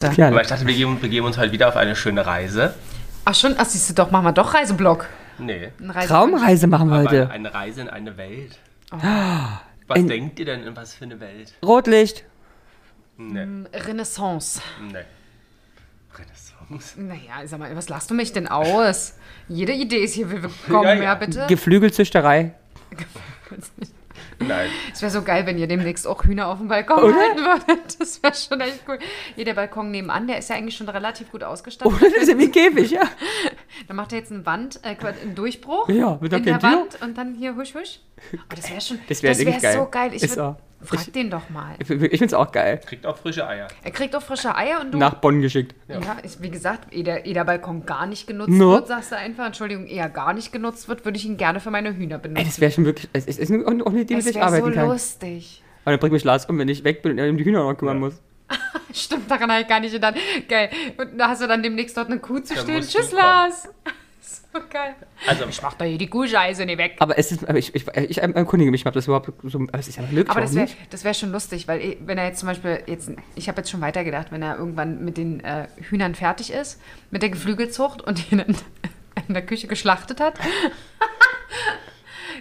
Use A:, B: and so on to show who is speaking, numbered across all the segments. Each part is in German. A: Da.
B: Ja.
C: Aber ich dachte, wir geben, wir geben uns heute wieder auf eine schöne Reise.
A: Ach schon, ach siehst du doch, machen wir doch Reiseblock.
C: Nee.
A: Ein Reise
B: Traumreise machen wir
C: Aber
B: heute.
C: eine Reise in eine Welt.
A: Oh.
C: Was
B: Ein-
C: denkt ihr denn in was für eine Welt?
B: Rotlicht.
C: Nee,
A: Renaissance.
C: nee. Renaissance.
A: Naja, sag mal, was lachst du mich denn aus? Jede Idee ist hier willkommen,
C: Ja,
A: ja,
C: ja.
A: bitte.
B: Geflügelzüchterei.
C: Nein.
A: Es wäre so geil, wenn ihr demnächst auch Hühner auf dem Balkon halten würdet. Das wäre schon echt cool. Hier der Balkon nebenan, der ist ja eigentlich schon relativ gut
B: Oh,
A: ausgestattet.
B: das ist ja wie ein Käfig, ja.
A: Dann macht er jetzt einen Wand, äh, Quatsch, einen Durchbruch
B: Ja, mit der
A: in der
B: Tür.
A: Wand und dann hier husch husch. Oh, das wäre schon,
B: Das wär wirklich geil.
A: so geil. Ich
B: Ist
A: würd,
B: auch.
A: frag
B: Ich-
A: den doch mal.
B: Ich ich find's auch geil.
C: Kriegt auch frische Eier.
A: Er kriegt auch frische Eier und du.
B: Nach Bonn geschickt.
A: ja, ich, wie gesagt, eh der, eh der Balkon gar nicht genutzt
B: No.
A: wird, sagst du einfach. Entschuldigung, eher gar nicht genutzt wird, würde ich ihn gerne für meine Hühner
B: Ey,
A: benutzen.
B: das wäre schon wirklich. Es es ist auch eine Idee, mit der
A: das
B: ich
A: wäre so
B: arbeiten kann.
A: lustig.
B: Aber dann bringt mich Lars um, wenn ich weg bin und er um die Hühner noch kümmern muss.
A: Stimmt, daran habe ich gar nicht gedacht. Geil. Und da hast du dann demnächst dort eine Kuh zu
C: Da
A: stehen.
C: musst du
A: Tschüss,
C: kommen.
A: Lars. So geil.
C: Also,
A: Mach da hier die Kuhscheiße nicht weg.
B: Aber es ist. Aber ich, ich, ich erkundige mich mal, ob das überhaupt so. Aber es ist ja ne? möglich.
A: Aber das wäre
B: nicht?
A: das wär schon lustig, weil eh, wenn er jetzt zum Beispiel jetzt, ich habe jetzt schon weitergedacht, wenn er irgendwann mit den äh, Hühnern fertig ist, mit der Geflügelzucht und die in, in der Küche geschlachtet hat,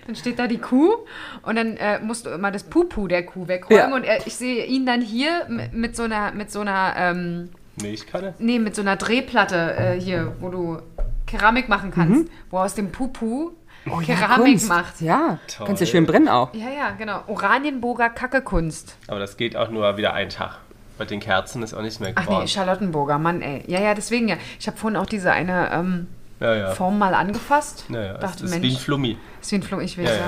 A: dann steht da die Kuh und dann äh, musst du immer das Pupu der Kuh wegräumen
B: Ja.
A: und er, ich sehe ihn dann hier m- mit so einer, mit so einer, ähm,
C: Milchkanne?
A: nee, mit so einer Drehplatte äh, hier, wo du Keramik machen kannst, wo er aus dem Pupu Keramik
B: Mhm. Oh Kunst.
A: macht.
B: Ja.
C: Toll.
B: Kannst ja schön brennen auch.
A: Ja, ja, genau. Oranienburger Kackekunst.
C: Aber das geht auch nur wieder einen Tag. Bei den Kerzen ist auch nichts mehr
A: Ach
C: geworden.
A: nee, Charlottenburger, Mann, ey. Ja, ja, deswegen ja. Ich habe vorhin auch diese eine ähm,
C: ja, ja.
A: Form mal angefasst.
C: ja, ja.
A: Dachte,
C: es ist wie ein
A: Mensch,
C: Flummi.
A: ist wie ein Flug, ich will
C: Ja,
A: ja,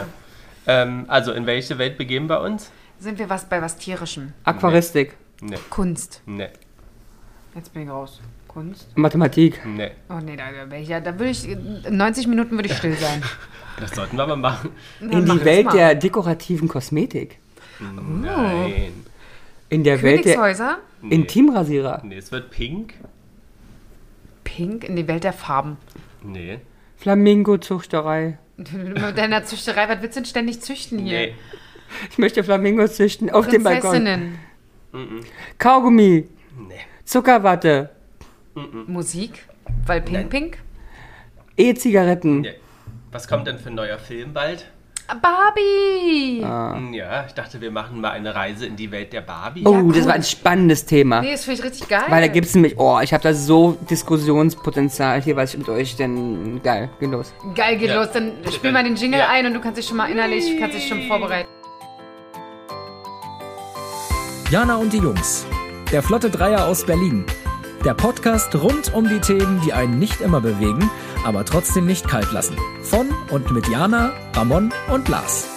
C: ja. Ähm, also, in welche Welt begeben wir uns?
A: Sind wir was bei was Tierischem?
B: Aquaristik.
A: Kunst.
C: Nee,
A: Jetzt bin ich raus. Kunst?
B: Mathematik.
C: nee.
A: Oh nee, da, da, wär ich ja, da würde ich, in 90 Minuten würde ich still sein.
C: Das sollten wir mal machen.
A: Na,
B: In
A: mach
B: die
A: jetzt
B: Welt
A: mal.
B: der dekorativen Kosmetik.
A: Hm.
C: Nein.
B: In der Welt der
A: Königshäuser?
B: Intimrasierer.
C: Nee, es wird pink.
A: Pink, in die Welt der Farben.
C: Nee.
B: Flamingo-Züchterei.
A: Mit deiner Züchterei, was willst du denn ständig züchten hier?
C: Nee.
B: Ich möchte Flamingos züchten auf dem Balkon.
A: Prinzessinnen.
B: Kaugummi.
C: Nee.
B: Zuckerwatte.
A: Musik? Weil Pink,
C: Nein.
A: Pink?
B: E-Zigaretten.
C: nee. Was kommt denn für ein neuer Film bald? Hm,
A: Barbie!
B: Ah.
C: Ja, ich dachte, wir machen mal eine Reise in die Welt der Barbie.
B: Oh,
A: Ja, cool.
B: das war ein spannendes Thema.
A: Nee, das finde ich richtig geil.
B: Weil da gibt es nämlich, oh, ich habe da so Diskussionspotenzial hier, was ich mit euch denn. Geil, geht los.
A: Geil geht
C: Ja.
A: los, dann spiel mal den Jingle
C: Ja.
A: ein und du kannst dich schon mal innerlich, kannst dich schon vorbereiten.
D: Jana und die Jungs. Der Flotte Dreier aus Berlin. Der Podcast rund um die Themen, die einen nicht immer bewegen, aber trotzdem nicht kalt lassen. Von und mit Jana, Ramon und Lars.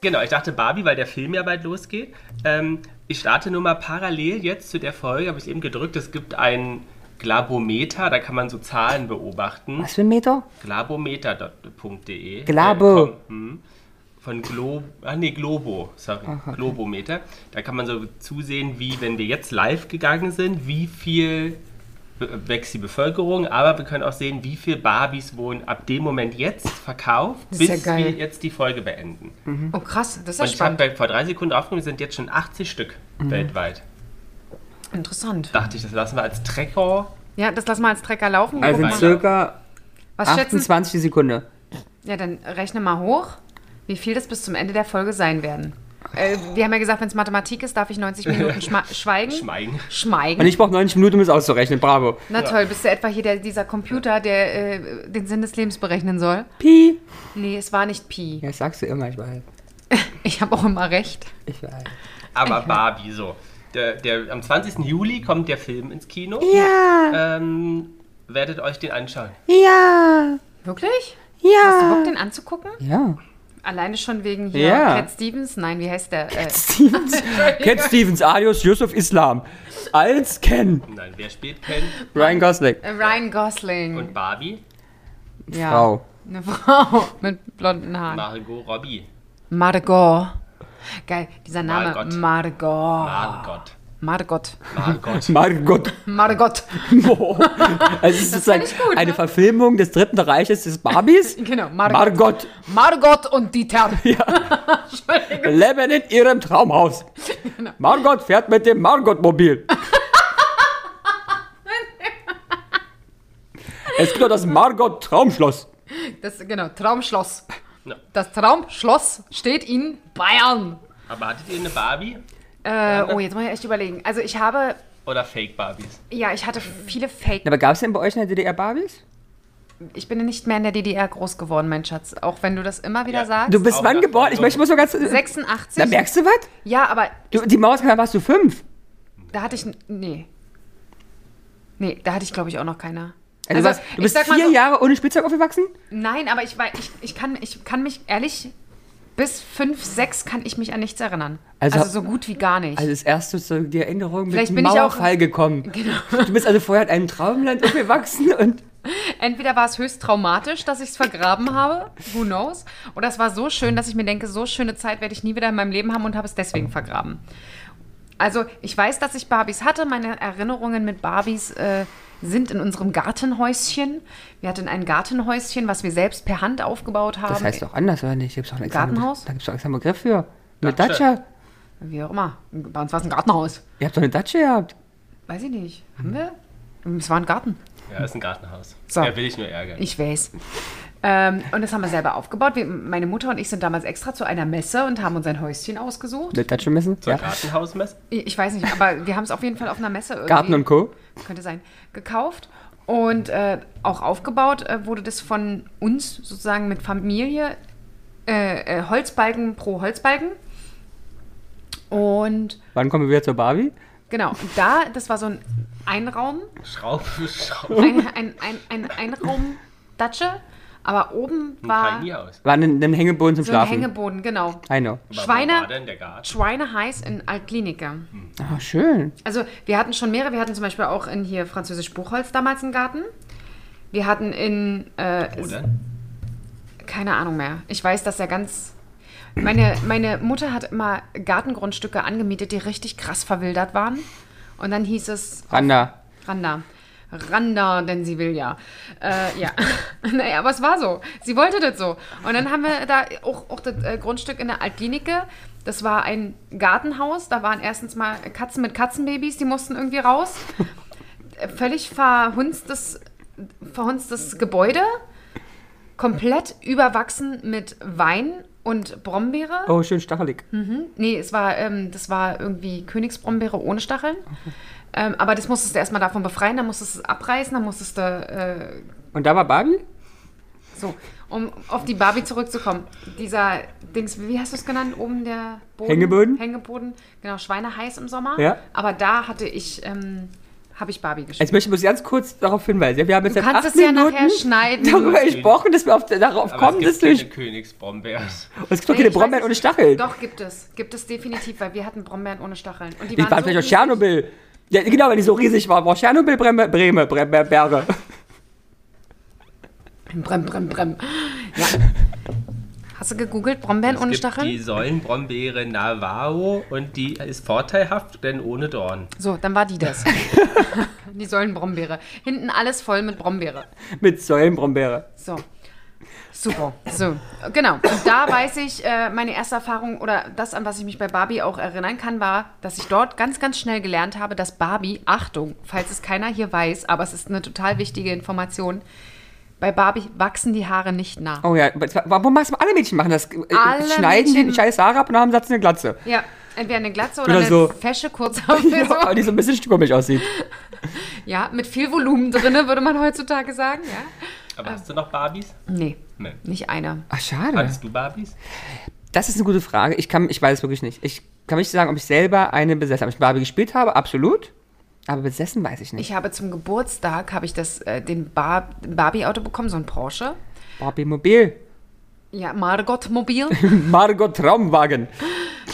C: Genau, ich dachte Barbie, weil der Film ja bald losgeht. Ähm, ich starte nur mal parallel jetzt zu der Folge, habe ich eben gedrückt. Es gibt einen Glabometer, da kann man so Zahlen beobachten.
B: Was für ein Meter?
C: Glabometer.de.
B: Glabo.
C: Äh, komm, hm. Von Globo, ach nee, Globo, sorry, Globometer. Da kann man so zusehen, wie, wenn wir jetzt live gegangen sind, wie viel be- wächst die Bevölkerung, aber wir können auch sehen, wie viel Barbies wurden ab dem Moment jetzt verkauft,
A: ist ja
C: bis
A: geil.
C: wir jetzt die Folge beenden.
A: Oh krass, das
C: Und
A: ist ja
C: Mhm. ich habe
A: spannend. Mhm.
C: bei- vor drei Sekunden aufgenommen, es sind jetzt schon 80 Stück weltweit.
A: Interessant.
C: Dachte ich, das lassen wir als Trecker.
A: Ja, das lass mal als Trecker laufen.
B: Also in
A: Guck mal.
B: circa
A: Was schätzen?
B: 28 die Sekunde.
A: Ja, dann rechne mal hoch, wie viel das bis zum Ende der Folge sein werden. Äh, wir haben ja gesagt, wenn es Mathematik ist, darf ich 90 Minuten schma- schweigen.
C: Schmeigen.
A: Schmeigen.
B: Und ich brauche 90 Minuten, um es auszurechnen. Bravo.
A: Na toll, bist du etwa hier der, dieser Computer, der äh, den Sinn des Lebens berechnen soll?
B: Pi.
A: Nee, es war nicht Pi.
B: Ja, das sagst du immer, ich weiß.
A: Ich habe auch immer recht.
B: Ich weiß.
C: Aber Barbie, so. Der, der, am 20. Juli kommt der Film ins Kino.
B: Ja.
C: Ähm, werdet euch den anschauen.
B: Ja.
A: Wirklich? Hast du
B: Ja.
A: Bock, den anzugucken?
B: Ja.
A: Alleine schon wegen hier
B: Ja.
A: Cat Stevens? Nein, wie heißt der? Äh,
B: Stevens. Cat Stevens, alias Yusuf Islam. Als Ken.
C: Nein, wer spielt Ken
B: Ryan Gosling.
A: Äh, Ryan Gosling.
C: und Barbie?
A: ja.
B: Frau.
A: Eine Frau mit blonden Haaren.
C: Margot Robbie.
A: Margot. Geil, dieser Name.
C: Margot.
A: Margot.
C: Margot.
A: Margot.
C: Margot.
B: Margot.
A: Margot.
B: Also es ist sozusagen
A: fand ich gut,
B: eine
A: ne?
B: Verfilmung des Dritten Reiches des Barbies.
A: Genau, Margot.
B: Margot,
A: Margot und Dieter. Entschuldigung. Genau.
B: leben in ihrem Traumhaus. Margot fährt mit dem Margot-Mobil. Es gibt doch das Margot Traumschloss.
A: Das, genau, Traumschloss.
C: Ja.
A: Das Traumschloss steht in Bayern.
C: Aber hattet ihr eine Barbie
A: Äh, oh, jetzt muss ich echt überlegen. Also ich habe,
C: oder Fake Barbies?
A: ja, ich hatte viele Fake.
B: Aber gab es denn bei euch in der DDR Barbies?
A: Ich bin nicht mehr in der DDR groß geworden, mein Schatz. Auch wenn du das immer wieder
C: Ja.
A: sagst.
B: Du bist
C: Auch
B: wann
C: das
B: geboren?
C: war
B: Ich möchte mal so ganz. Da
A: 86.
B: merkst du was?
A: Ja, aber
B: Du, die Maus kam, da warst du fünf.
A: da hatte ich, n- nee. Nee, da hatte ich glaube ich auch noch keiner.
B: Also, was, du
A: ich
B: bist
A: sag mal
B: vier
A: so-
B: Jahre ohne Spielzeug aufgewachsen?
A: Nein, aber ich, wei- ich, ich, kann, ich kann mich ehrlich, bis fünf, sechs kann ich mich an nichts erinnern.
B: Also-
A: Also, so gut wie gar nicht.
B: Also das erste zu die Erinnerung mit
A: Vielleicht
B: dem
A: bin ich auch- Genau.
B: Mauerfall gekommen. Du bist also vorher in einem Traumland aufgewachsen und
A: Entweder war es höchst traumatisch, dass ich es vergraben habe, who knows, oder es war so schön, dass ich mir denke, so schöne Zeit werde ich nie wieder in meinem Leben haben und habe es deswegen vergraben. Also ich weiß, dass ich Barbies hatte. Meine Erinnerungen mit Barbies äh, sind in unserem Gartenhäuschen. Wir hatten ein Gartenhäuschen, was wir selbst per Hand aufgebaut haben.
B: das heißt doch anders, oder nicht? Gibt's doch einen extra
A: Gartenhaus?
B: Da gibt es doch einen extra Begriff für. Eine
C: Datsche.
B: Datsche.
A: Wie auch immer. Bei uns war es ein Gartenhaus.
B: Ihr habt doch eine Datsche gehabt.
A: Weiß ich nicht.
B: Hm.
A: Haben wir? Es war ein Garten.
C: Ja, ist ein Gartenhaus.
A: So.
C: Ja, will ich nur ärgern.
A: Ich weiß. Ähm, und das haben wir selber aufgebaut. Wir, meine Mutter und ich sind damals extra zu einer Messe und haben uns ein Häuschen ausgesucht.
B: Eine Datsche messen?
C: Zur
B: Ja.
C: Gartenhausmesse?
A: Ich ich weiß nicht, aber wir haben es auf jeden Fall auf einer Messe irgendwie,
B: Garten und Co.
A: könnte sein, gekauft und äh, auch aufgebaut äh, wurde das von uns sozusagen mit Familie äh, äh, Holzbalken pro Holzbalken und
B: Wann kommen wir wieder zur Barbie?
A: genau und da das war so ein Einraum
C: Schraub, Schraub.
A: ein ein ein, ein Einraum Datsche aber oben
C: Ein
A: war
C: Tiny House.
B: War in einem Hängeboden zum
A: so ein
B: Schlafen.
A: Hängeboden genau
B: I know.
C: Wo
A: Schweine
C: war denn der Garten?
A: Schweine heiß in Altlinike.
B: Ah, schön.
A: Also wir hatten schon mehrere. Wir hatten zum Beispiel auch in hier Französisch Buchholz damals einen Garten. Wir hatten in, äh,
C: Wo denn?
A: keine Ahnung mehr. Ich weiß, dass er ganz... Meine, meine Mutter hat immer Gartengrundstücke angemietet, die richtig krass verwildert waren. Und dann hieß es
B: Randa.
A: Randa. Randa, denn sie will ja. Äh, ja. naja, aber es war so. Sie wollte das so. Und dann haben wir da auch, auch das äh, Grundstück in der Altklinike. Das war ein Gartenhaus. Da waren erstens mal Katzen mit Katzenbabys, die mussten irgendwie raus. Äh, Völlig verhunztes, verhunztes Gebäude. Komplett überwachsen mit Wein und Brombeere.
B: Oh, schön stachelig.
A: Hm. Nee, es war, ähm, das war irgendwie Königsbrombeere ohne Stacheln. Ähm, aber das musstest du erstmal davon befreien, dann musstest du es abreißen, dann musstest du. Äh,
B: Und da war Barbie?
A: so, um auf die Barbie zurückzukommen. Dieser Dings, wie hast du es genannt? Oben der Boden.
B: Hängeboden?
A: Hängeboden. Genau, Schweineheiß im Sommer.
B: Ja.
A: Aber da hatte ich. Ähm, habe ich Barbie gespielt.
B: Jetzt möchte Also ich bloß ganz kurz darauf hinweisen. Wir haben jetzt
A: Du
B: seit
A: kannst
B: acht
A: es ja
B: Minuten
A: nachher schneiden.
B: darüber gesprochen, dass wir auf, darauf
C: Aber
B: kommen, dass
C: es
B: du...
C: gibt keine
B: Und
C: Königsbrombeeren.
B: es gibt doch
A: Nee,
B: keine
A: ich weiß
B: Brombeeren
A: es
B: ohne
A: nicht.
B: Stacheln.
A: Doch, gibt es. Gibt es definitiv, weil wir hatten Brombeeren ohne Stacheln. Und die,
B: Die waren
A: so
B: vielleicht aus
A: riesig.
B: Tschernobyl. Ja, genau, wenn die so riesig war, war Tschernobyl Breme, Breme, Breme, Berge.
A: Brem, brem, brem. Ja. Hast du gegoogelt, Brombeeren ohne
C: Es gibt
A: Stacheln?
C: die Säulenbrombeere Navarro und die ist vorteilhaft, denn ohne Dorn.
A: So, dann war die das. die sollen Brombeere. Hinten alles voll mit Brombeere.
B: Mit Säulenbrombeere.
A: So. Super. So, genau. Und da weiß ich, äh, meine erste Erfahrung oder das, an was ich mich bei Barbie auch erinnern kann, war, dass ich dort ganz, ganz schnell gelernt habe, dass Barbie, Achtung, falls es keiner hier weiß, aber es ist eine total wichtige Information, bei Barbie wachsen die Haare nicht nach.
B: Oh ja, aber zwar- warum machst du alle Mädchen machen das? Äh,
A: Alle
B: Schneiden die
A: Mädchen-
B: den scheiß Haare ab und haben Satz eine Glatze.
A: Ja, entweder eine Glatze oder,
B: Oder
A: eine
B: so.
A: fesche
B: Ja,
A: Kurzhaarfrisur.
B: aber die so ein bisschen komisch aussieht.
A: Ja, mit viel Volumen drinne, würde man heutzutage sagen, ja?
C: Aber hast du noch Barbies?
A: Nee,
C: Nee.
A: nicht einer.
B: Ach, schade.
C: Hattest du Barbies?
B: Das ist eine gute Frage. Ich, kann, ich weiß es wirklich nicht. Ich kann nicht sagen, ob ich selber eine besessen habe. Ob ich Barbie gespielt habe, absolut. Aber besessen weiß ich nicht.
A: Ich habe zum Geburtstag habe ich das äh, den Bar Barbie-Auto bekommen, so ein Porsche.
B: Barbie Mobil.
A: Ja, Margot Mobil.
B: Margot Traumwagen.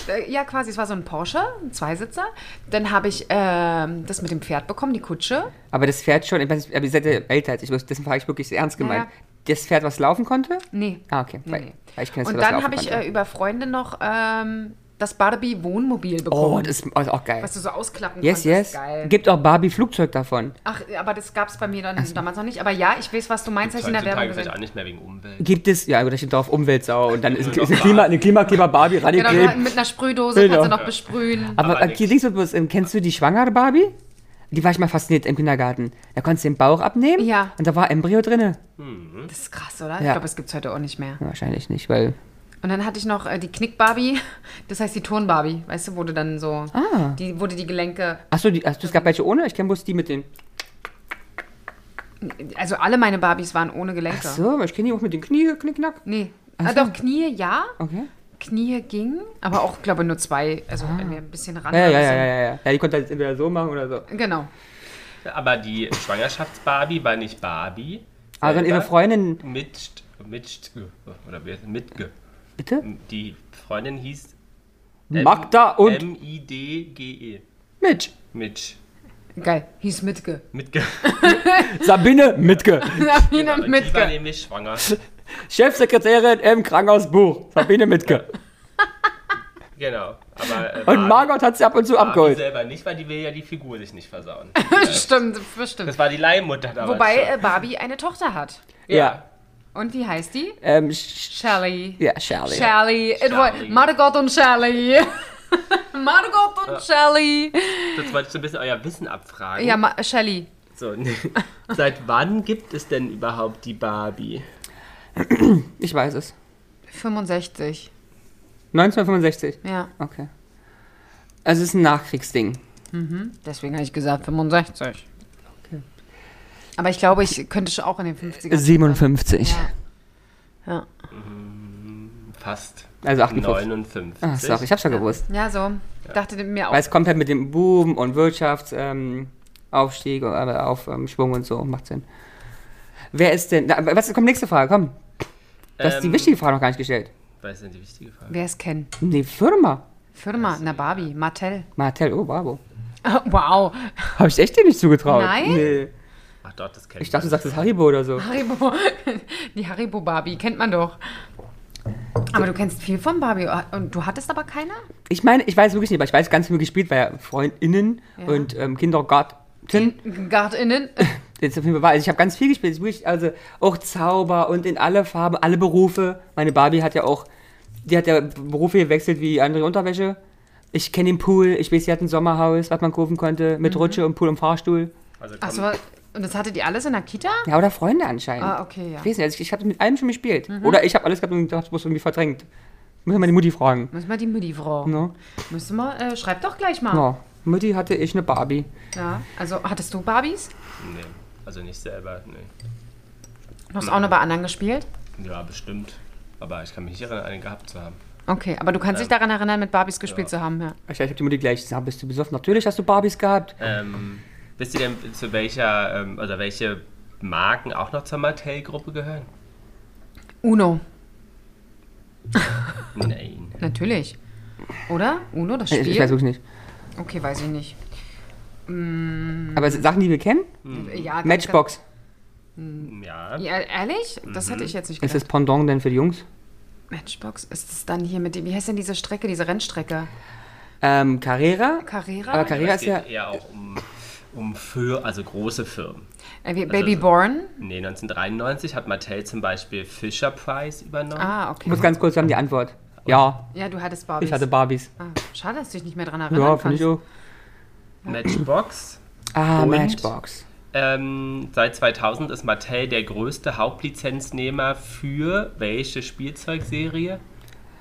A: Äh, ja, quasi, es war so ein Porsche, ein Zweisitzer. Dann habe ich ähm, das mit dem Pferd bekommen, die Kutsche.
B: Aber das Pferd schon, ich weiß, nicht, aber ihr seid ja älter als ich, bloß dessen frage ich wirklich ernst gemeint.
A: Ja,
B: Das Pferd, was laufen konnte?
A: Nee.
B: Ah, okay.
A: Nee,
B: weil,
A: nee.
B: weil ich kenne das,
A: Und
B: was
A: dann
B: laufen
A: habe ich
B: konnte.
A: äh, über Freunde noch ähm, das Barbie-Wohnmobil bekommen.
B: Oh, das ist das ist auch geil.
A: was du so ausklappen
B: Yes,
A: kannst.
B: yes.
A: Geil.
B: Gibt auch Barbie Flugzeug davon.
A: Ach, aber das gab es bei mir dann damals noch nicht. Aber ja, ich weiß, was du meinst, habe ich in der Werbung
C: Heutzutage vielleicht auch
A: gesehen.
C: nicht mehr wegen Umwelt.
B: Gibt es, ja, gut, da steht drauf Umweltsau und dann ist,
C: Nur
B: ist
C: noch
B: ein Klima,
C: Barbie.
B: eine Klimakleber Barbie
A: Genau,
B: reingeklebt.
A: du- mit einer Sprühdose kannst
B: Genau.
A: du noch besprühen.
B: aber
C: Aber
B: äh, hier links wird bloß, ähm, kennst du die schwangere Barbie? die war ich mal fasziniert im Kindergarten. Da konntest du den Bauch abnehmen
A: Ja.
B: und da war Embryo drinne.
A: Das ist krass, oder? Ich
B: Ja.
A: glaube, es gibt es heute auch nicht mehr.
B: Ja, wahrscheinlich nicht, weil
A: Und dann hatte ich noch äh, die Knick-Barbie, das heißt die Turn-Barbie, weißt du, wurde dann so,
B: Ah.
A: die, wurde die Gelenke,
B: Achso, die, also, es gab welche ohne? Ich kenne bloß die mit den.
A: also alle meine Barbies waren ohne Gelenke.
B: Achso, aber ich kenne die auch mit den Knie, knickknack.
A: Nee.
B: Ach
A: Ah,
B: so.
A: doch, Knie, ja.
B: Okay.
A: Knie ging, aber auch, glaube nur zwei, also entweder ein bisschen ran.
B: Ah. Ja, ja,
A: ein
B: ja,
A: bisschen-
B: ja, ja, ja. Ja, die konnte halt entweder so machen oder so.
A: Genau.
C: Aber die Schwangerschafts-Barbie war nicht Barbie.
B: Also dann
C: selber.
B: ihre Freundin,
C: Mit, mit, oder wer- mit,
B: bitte?
C: die Freundin hieß
B: Magda und
C: M-I-D-G-E.
B: Mitch.
C: Mitch.
A: Geil. Hieß Mitke.
C: Mitge.
B: Sabine Mitke.
A: Sabine
C: Aber Genau, Die war
A: Mitke.
C: nämlich schwanger.
B: Chefsekretärin im Krankenhaus Buch. Sabine Mitke.
C: Genau. Aber, äh,
B: Und
C: Barbie-
B: Margot hat sie ab und zu
C: Barbie
B: abgeholt.
C: selber nicht, weil die will ja die Figur sich nicht versauen.
A: Stimmt, bestimmt.
C: Das war die Leihmutter damals.
A: Wobei
C: schon.
A: äh, Barbie eine Tochter hat.
B: Ja.
A: Und wie heißt die?
B: Ähm, Sch-
A: Shelley.
B: ja, Shirley.
A: Shelley. It wa-
C: Shelley.
A: Margot und Shelley. Margot und Shelley.
C: Das wollte ich so ein bisschen euer Wissen abfragen.
A: Ja, Ma Shelley.
C: So, ne. Seit wann gibt es denn überhaupt die Barbie?
B: Ich weiß es.
A: 65.
B: 1965.
A: Ja,
B: Okay. Also es ist ein Nachkriegsding.
A: deswegen habe ich gesagt 65. Aber ich glaube, ich könnte schon auch in den 50ern.
B: 57.
A: Ja. Ja.
C: Fast.
B: Also 58.
C: 59.
B: Ach, Ah, sorry, ich hab's schon gewusst.
A: ja, so. Dachte mir auch.
B: Weil es kommt halt mit dem Boom und Wirtschaftsaufstieg, ähm, Aufstieg, äh, auf ähm, Schwung und so. Macht Sinn. Wer ist denn. Na, was kommt nächste Frage? Komm. Du hast die
C: Ähm.
B: wichtige Frage noch gar nicht gestellt.
C: Was ist denn die wichtige Frage?
A: Wer es kennt.
B: Die Firma.
A: Firma, na Barbie, Mattel.
B: Martell, oh, bravo.
A: Wow.
B: Habe ich echt dir nicht zugetraut?
A: Nein?
B: Nee.
C: Ach, dort, das kennt
B: Ich dachte, du sagst es Haribo oder so.
A: Haribo. Die Haribo Barbie kennt man doch. Aber du kennst viel von Barbie und du hattest aber keine?
B: Ich meine, ich weiß wirklich nicht, aber ich weiß ganz viel gespielt, weil ja FreundInnen und ähm, Kindergarten.
A: Gartinnen.
B: Jetzt auf jeden Fall war. Also ich habe ganz viel gespielt. Wirklich, also auch Zauber und in alle Farben, alle Berufe. Meine Barbie hat ja auch, die hat ja Berufe gewechselt wie andere Unterwäsche. Ich kenne den Pool, ich weiß, sie hat ein Sommerhaus, was man kaufen konnte, mit
A: Mhm.
B: Rutsche und Pool und Fahrstuhl.
C: Also, komm,
A: Achso, und das hattet ihr alles in der Kita?
B: Ja, oder Freunde anscheinend.
A: Ah, okay, ja. Mhm.
B: Ich weiß nicht, also ich, ich habe mit allem schon gespielt. Oder ich habe alles gehabt und dachte, bloß irgendwie verdrängt. Muss ich mal die Mutti fragen.
A: Müssen wir die Müllifrau.
B: No?
A: Müssen wir, äh, schreib doch gleich mal.
B: Ja, Mutti hatte ich eine Barbie.
A: Ja. Also, hattest du Barbies?
C: nee. Also nicht selber, nee.
A: Du hast auch noch bei anderen gespielt?
C: Ja, bestimmt. Aber ich kann mich nicht erinnern, eine gehabt zu haben.
A: Okay, aber du kannst dich daran erinnern, mit Barbies gespielt zu haben, ja.
B: Ich habe die Mutti gleich gesagt, bist du besoffen? Natürlich hast du Barbies gehabt.
C: Ähm, wisst ihr denn, zu welcher, ähm, oder welche Marken auch noch zur Mattel-Gruppe gehören?
A: Uno,
C: Nein.
A: natürlich. Oder? Uno, das
B: Ich,
A: Spiel?
B: ich weiß wirklich nicht.
A: okay, weiß ich nicht. Mhm.
B: Aber es- Sachen, die wir kennen?
A: Ja, ganz-
B: Matchbox.
C: Ja.
A: Ja, ehrlich? Das hätte ich jetzt nicht
B: Ist
A: gedacht.
B: das Pendant denn für die Jungs?
A: Matchbox ist es dann hier mit dem, wie heißt denn diese Strecke, diese Rennstrecke?
B: Ähm, Carrera?
A: Carrera?
B: Aber Carrera
C: Es
B: ist ja.
C: geht eher auch um, um für, also große Firmen.
A: Äh, wie, Baby Born?
C: Nee, 1993 hat Mattel zum Beispiel Fisher Price übernommen.
A: Ah,
B: Ich
A: okay.
B: muss ganz kurz, wir haben die Antwort. Ja,
A: Ja, du hattest Barbies.
B: ich hatte Barbies.
A: ah, schade, dass du dich nicht mehr dran erinnern
B: Ja, finde
A: kannst.
B: ich auch.
C: Matchbox.
B: Ah,
C: Und?
B: Matchbox.
C: Ähm, seit 2000 ist Mattel der größte Hauptlizenznehmer für welche Spielzeugserie?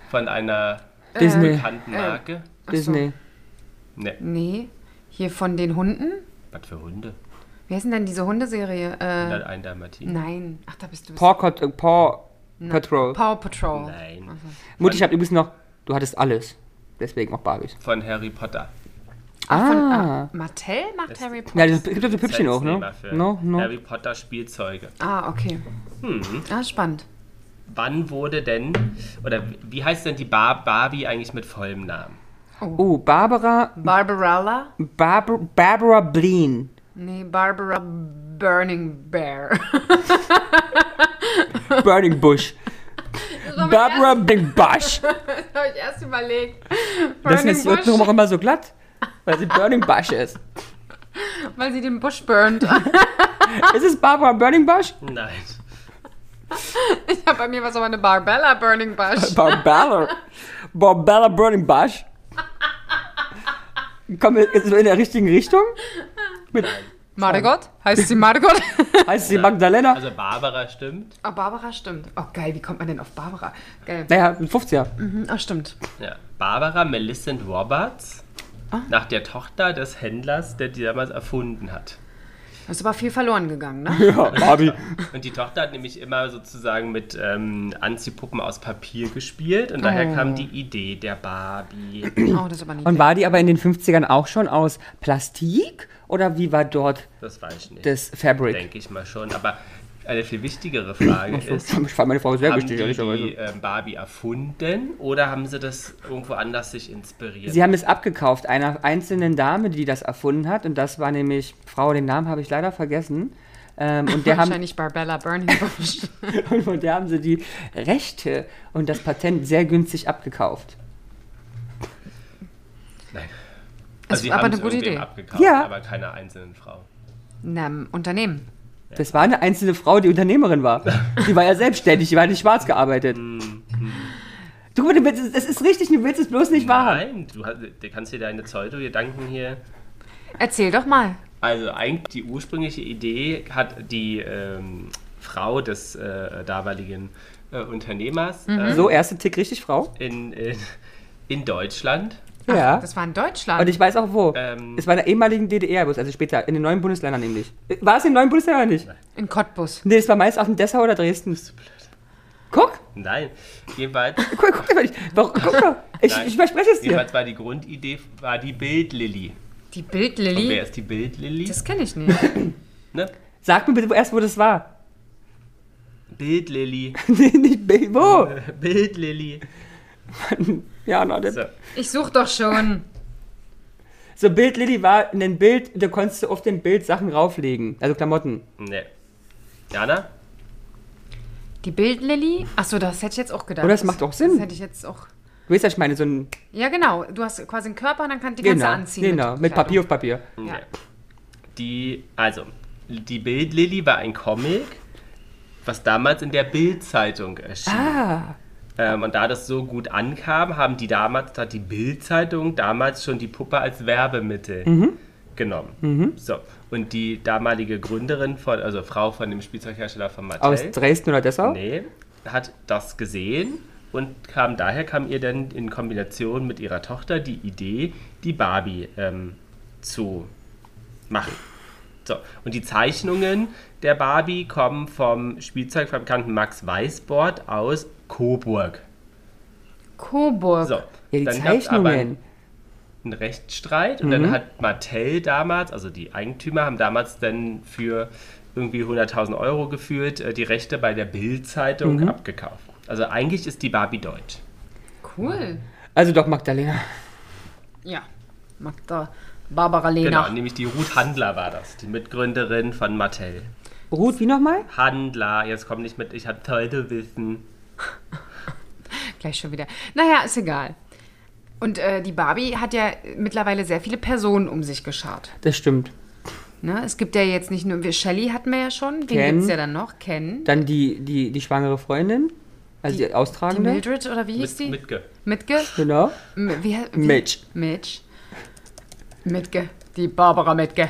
C: Von einer
B: Disney.
C: bekannten Marke?
B: Disney.
C: Ne,
A: Nee, hier von den Hunden?
C: was für Hunde?
A: Wie heißt denn denn diese Hundeserie? Äh,
C: Dann ein Dalmatiner.
A: nein. Ach, da bist du.
B: Paw, Cot- äh, Paw Patrol.
A: Paw
B: Äh.
A: Patrol.
C: Nein.
B: Mutti, ich habe übrigens noch. Du hattest alles. Deswegen auch Barbies.
C: Von Harry Potter.
A: Von,
B: Ah.
A: ah. Mattel macht Harry Potter.
B: Ja, das gibt doch so Püppchen auch, ne?
C: Lizenznehmer für
B: No, no.
C: Harry Potter Spielzeuge.
A: Ah, okay.
C: Hm.
A: Ah, spannend.
C: Wann wurde denn, oder wie heißt denn die Bar Barbie eigentlich mit vollem Namen?
B: Oh, Barbara.
A: Barbarella?
B: Barb Barbara Bleen.
A: Nee, Barbara Burning Bear.
B: Burning Bush. Barbara Big Bush.
A: Das habe ich erst überlegt.
B: Das
A: Burning
B: ist wird
A: Bush,
B: noch immer so glatt, weil sie Burning Bush ist.
A: weil sie den Busch burnt.
B: Ist es Barbara Burning Bush?
C: Nein.
A: Ich hab bei mir was aber eine Barbella Burning Bush.
B: Barbella. Barbella Burning Bush. Kommen wir jetzt so in der richtigen Richtung? Mit,
A: Margot? Heißt sie Margot?
B: heißt sie Magdalena?
C: Also Barbara stimmt.
A: oh, Barbara stimmt. Oh, geil, wie kommt man denn auf Barbara? Geil.
B: naja, ein 50er.
A: Mhm, Ach, stimmt.
C: Ja. Barbara Millicent Roberts.
B: Ah.
C: Nach der Tochter des Händlers, der die damals erfunden hat.
A: Da ist aber viel verloren gegangen, ne?
B: Ja, Barbie.
C: Und die Tochter hat nämlich immer sozusagen mit ähm, Anziehpuppen aus Papier gespielt. Und
B: Ah.
C: daher kam die Idee der Barbie.
A: Oh, das ist aber nicht.
B: Und war die aber in den 50ern auch schon aus Plastik? Oder wie war dort
C: Das weiß ich nicht.
B: das Fabric?
C: Denke ich mal schon. Aber eine viel wichtigere Frage ist,
B: Ich fand meine Frau sehr
C: haben die,
B: wichtig,
C: die
B: ehrlicherweise.
C: ähm, Barbie erfunden oder haben sie das irgendwo anders sich inspiriert?
B: Sie haben es abgekauft einer einzelnen Dame, die das erfunden hat. Und das war nämlich, Frau, den Namen habe ich leider vergessen. Ähm, und, der haben,
A: Wahrscheinlich Barbella Burning.
B: und von der haben sie die Rechte und das Patent sehr günstig abgekauft.
C: Nein.
A: Also,
C: Also sie
A: aber
C: haben
A: eine
C: es
A: gute
C: irgendwem
A: Idee.
C: abgekauft,
B: Ja.
C: aber keiner einzelnen Frau.
A: Na, im Unternehmen.
B: Das war eine einzelne Frau, die Unternehmerin war. Die war ja selbstständig, die war nicht schwarz gearbeitet.
C: Hm,
B: Du, du willst, es- es ist richtig, du willst es bloß nicht wahrhaben.
C: Nein, du, hast, du kannst dir deine Pseudo-Gedanken hier
A: Erzähl doch mal.
C: Also eigentlich die ursprüngliche Idee hat die ähm, Frau des äh, damaligen äh, Unternehmers äh,
B: Mhm. So, erste Tick richtig, Frau?
C: in, in, in Deutschland.
B: Ja.
A: Das war in Deutschland.
B: Und ich weiß auch wo.
C: Ähm.
B: es war in der ehemaligen DDR, bloß, also später, in den neuen Bundesländern nämlich. War es in den neuen Bundesländern nicht?
A: in Cottbus.
B: Nee, es war meist auf dem Dessau oder Dresden. Guck,
C: Nein, jedenfalls,
B: guck, guck, guck, guck, guck mal. Ich,
C: Nein.
B: ich verspreche es dir.
C: jedenfalls war die Grundidee war die Bildlilly.
A: Die
C: Und wer
A: Bildlilly.
C: ist die Bildlilly?
A: Das kenne ich nicht.
C: Ne?
B: Sag mir bitte wo- erst, wo das war.
C: Bildlilly,
B: nee, nicht Bill- wo.
C: Bildlilly.
B: Ja, na, das.
C: So.
B: So,
A: Ich such doch schon.
B: Bild Lilly war ein Bild, da konntest du auf dem Bild Sachen rauflegen. Also Klamotten.
C: Ne. Jana?
A: Die Bildlilly? Achso, das hätte ich jetzt auch gedacht.
B: Oder es Oh, macht auch Sinn.
A: Das hätte ich jetzt auch.
B: Du weißt, was ich meine, so ein.
A: Ja, genau. Du hast quasi einen Körper und dann kannst du die
B: Genau,
A: ganze anziehen.
B: genau, mit
A: Kleidung.
B: Papier auf Papier.
A: Ja.
C: Nee. Die, also, die Bildlilly war ein Comic, was damals in der Bild-Zeitung erschien.
B: Ah,
C: Ähm, und da das so gut ankam, haben die damals, hat die Bild-Zeitung damals schon die Puppe als Werbemittel
B: Mhm.
C: genommen. So. Und die damalige Gründerin von, also Frau von dem Spielzeughersteller von
B: aus
C: Mattel,
B: Dresden oder Dessau?
C: nee, hat das gesehen und kam daher kam ihr dann in Kombination mit ihrer Tochter die Idee, die Barbie ähm, zu machen. So, und die Zeichnungen der Barbie kommen vom Spielzeugfabrikanten Max Weißbord aus Coburg.
A: Coburg.
C: So,
B: Ja, die
C: dann gab's aber
B: Zeichnungen.
C: einen einen Rechtsstreit und dann hat Mattel damals, also die Eigentümer, haben damals dann für irgendwie 100.000 Euro geführt äh, die Rechte bei der Bild-Zeitung abgekauft. Also eigentlich ist die Barbie deutsch.
A: Cool.
B: Also doch, Magdalena.
A: Ja. Magda Barbara Lena.
C: Genau, nämlich die Ruth Handler war das, die Mitgründerin von Mattel.
B: Ruth, wie nochmal?
C: Handler, jetzt komm nicht mit, ich hab tolle Wissen.
A: Gleich schon wieder. Naja, ist egal. Und äh, die Barbie hat ja mittlerweile sehr viele Personen um sich geschart.
B: Das stimmt.
A: Ne? Es gibt ja jetzt nicht nur. wir- Shelley hatten wir ja schon. Den
B: Ken.
A: gibt es ja dann noch. Ken.
B: Dann die, die, die schwangere Freundin, also die,
A: Die
B: Austragende.
A: Mildred oder wie hieß
C: Mit,
A: die?
C: mitge.
A: Mitge?
B: genau.
A: M- Wie, he- wie?
B: Mitch.
A: Mitch. Mitge. Die Barbara Mitge.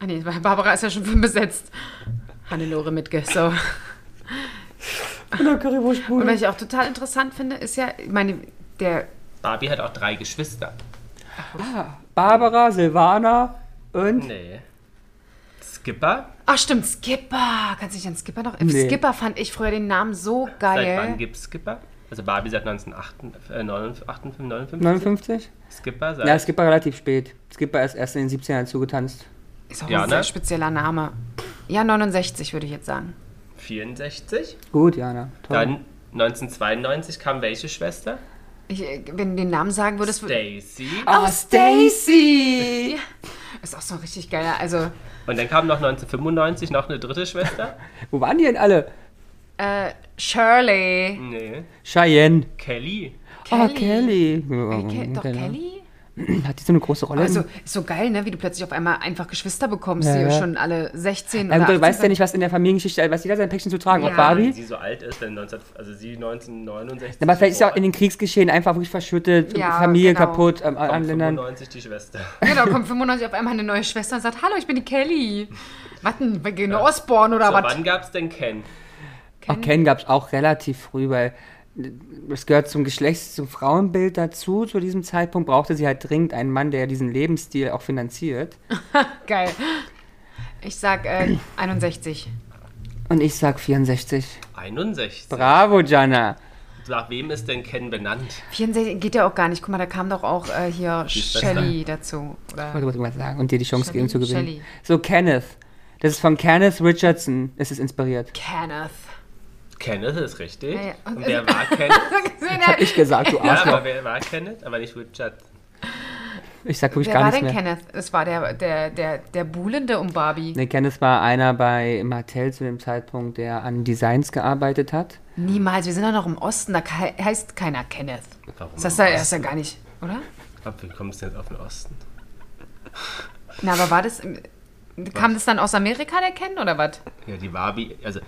A: Ah nee, weil Barbara ist ja schon von besetzt. Hannelore Mitge, so.
B: Genau, Currywurstbude.
A: Und was ich auch total interessant finde, ist ja, ich meine, der
C: Barbie hat auch drei Geschwister.
B: Barbara, Silvana und
C: Nee. Skipper?
A: Ach stimmt, Skipper. Kannst du dich an Skipper noch?
B: Nee.
A: Skipper fand ich früher den Namen so
C: Seit wann
A: geil.
C: gibt's Skipper? Also Barbie seit 1958, äh, 59, 59,
B: 59?
C: Skipper seit...
B: Ja, Skipper relativ spät. Skipper ist erst in den 70ern zugetanzt.
A: Ist auch
C: Ja,
A: ein sehr
C: ne?
A: spezieller Name. Ja, 69 würde ich jetzt sagen.
C: 64.
B: Gut, Jana. Toll.
C: Dann 1992 kam welche Schwester?
A: Ich, äh, wenn du den Namen sagen würdest, wür-
C: Stacy.
B: oh, Stacy!
A: ist auch so ein richtig geiler. Also
C: Und dann kam noch 1995 noch eine dritte Schwester?
B: Wo waren die denn alle?
A: äh, Shirley.
C: Nee.
B: Cheyenne.
C: Kelly.
B: Oh, Kelly.
A: Ke- Doch Kelly?
B: Hat die so eine große Rolle?
A: Also,
B: im-
A: ist so geil, ne? wie du plötzlich auf einmal einfach Geschwister bekommst,
B: Ähm. Ja,
A: die
B: ja.
A: schon alle 16
B: ja,
A: oder
B: gut, du
A: 18
B: weißt ja
A: sind.
B: nicht, was in der Familiengeschichte, was jeder sein Päckchen zu tragen
A: Ja.
B: hat. Barbie?
C: sie so alt ist, wenn 19, also sie oh, 1969.
B: Aber vielleicht ist ja auch in den Kriegsgeschehen einfach wirklich verschüttet,
A: Ja,
B: Familie
A: genau.
B: kaputt, ähm, an
C: Kommt
B: Ländern.
C: 95 die Schwester.
A: Genau, kommt 95 auf einmal eine neue Schwester und sagt, hallo, ich bin die Kelly. Warten, wir gehen nach Osborne oder
C: So,
A: was?
C: wann gab's denn Ken?
B: Auch Ken gab es auch relativ früh, weil es gehört zum Geschlechts-, zum Frauenbild dazu. Zu diesem Zeitpunkt brauchte sie halt dringend einen Mann, der diesen Lebensstil auch finanziert.
A: Geil. Ich sag äh, 61.
B: Und ich sag 64.
C: 61.
B: Bravo, Jana.
C: Nach wem ist denn Ken benannt?
A: 64 geht ja auch gar nicht. Guck mal, da kam doch auch äh, hier
C: Schwester.
A: Shelley dazu.
B: Ich
A: Oder?
B: wollte irgendwas sagen und dir die Chance
A: Shelley,
B: geben zu gewinnen.
A: Shelley.
B: So, Kenneth. Das ist von Kenneth Richardson. Es ist inspiriert.
A: Kenneth.
C: Kenneth ist richtig.
A: Ja, ja.
C: Und wer war Kenneth?
B: Hab ich gesagt, du
C: ja, aber
B: Arschloch.
C: wer war Kenneth? Aber nicht Richard.
B: Ich sag wirklich
A: Wer
B: gar
A: war
B: nichts
A: denn
B: mehr.
A: Kenneth? Es war der, der, der, der Buhlende um Barbie.
B: Nee, Kenneth war einer bei Mattel zu dem Zeitpunkt, der an Designs gearbeitet hat.
A: Niemals, wir sind doch noch im Osten, da ke- heißt keiner Kenneth.
C: Warum
A: Das ist
C: im
A: ja, das ist ja gar nicht, oder?
C: Ab, wie kommst du denn jetzt auf den Osten?
A: Na, aber war das. im- Kam das dann aus Amerika, der Ken, oder was?
C: Ja, die Wabi, also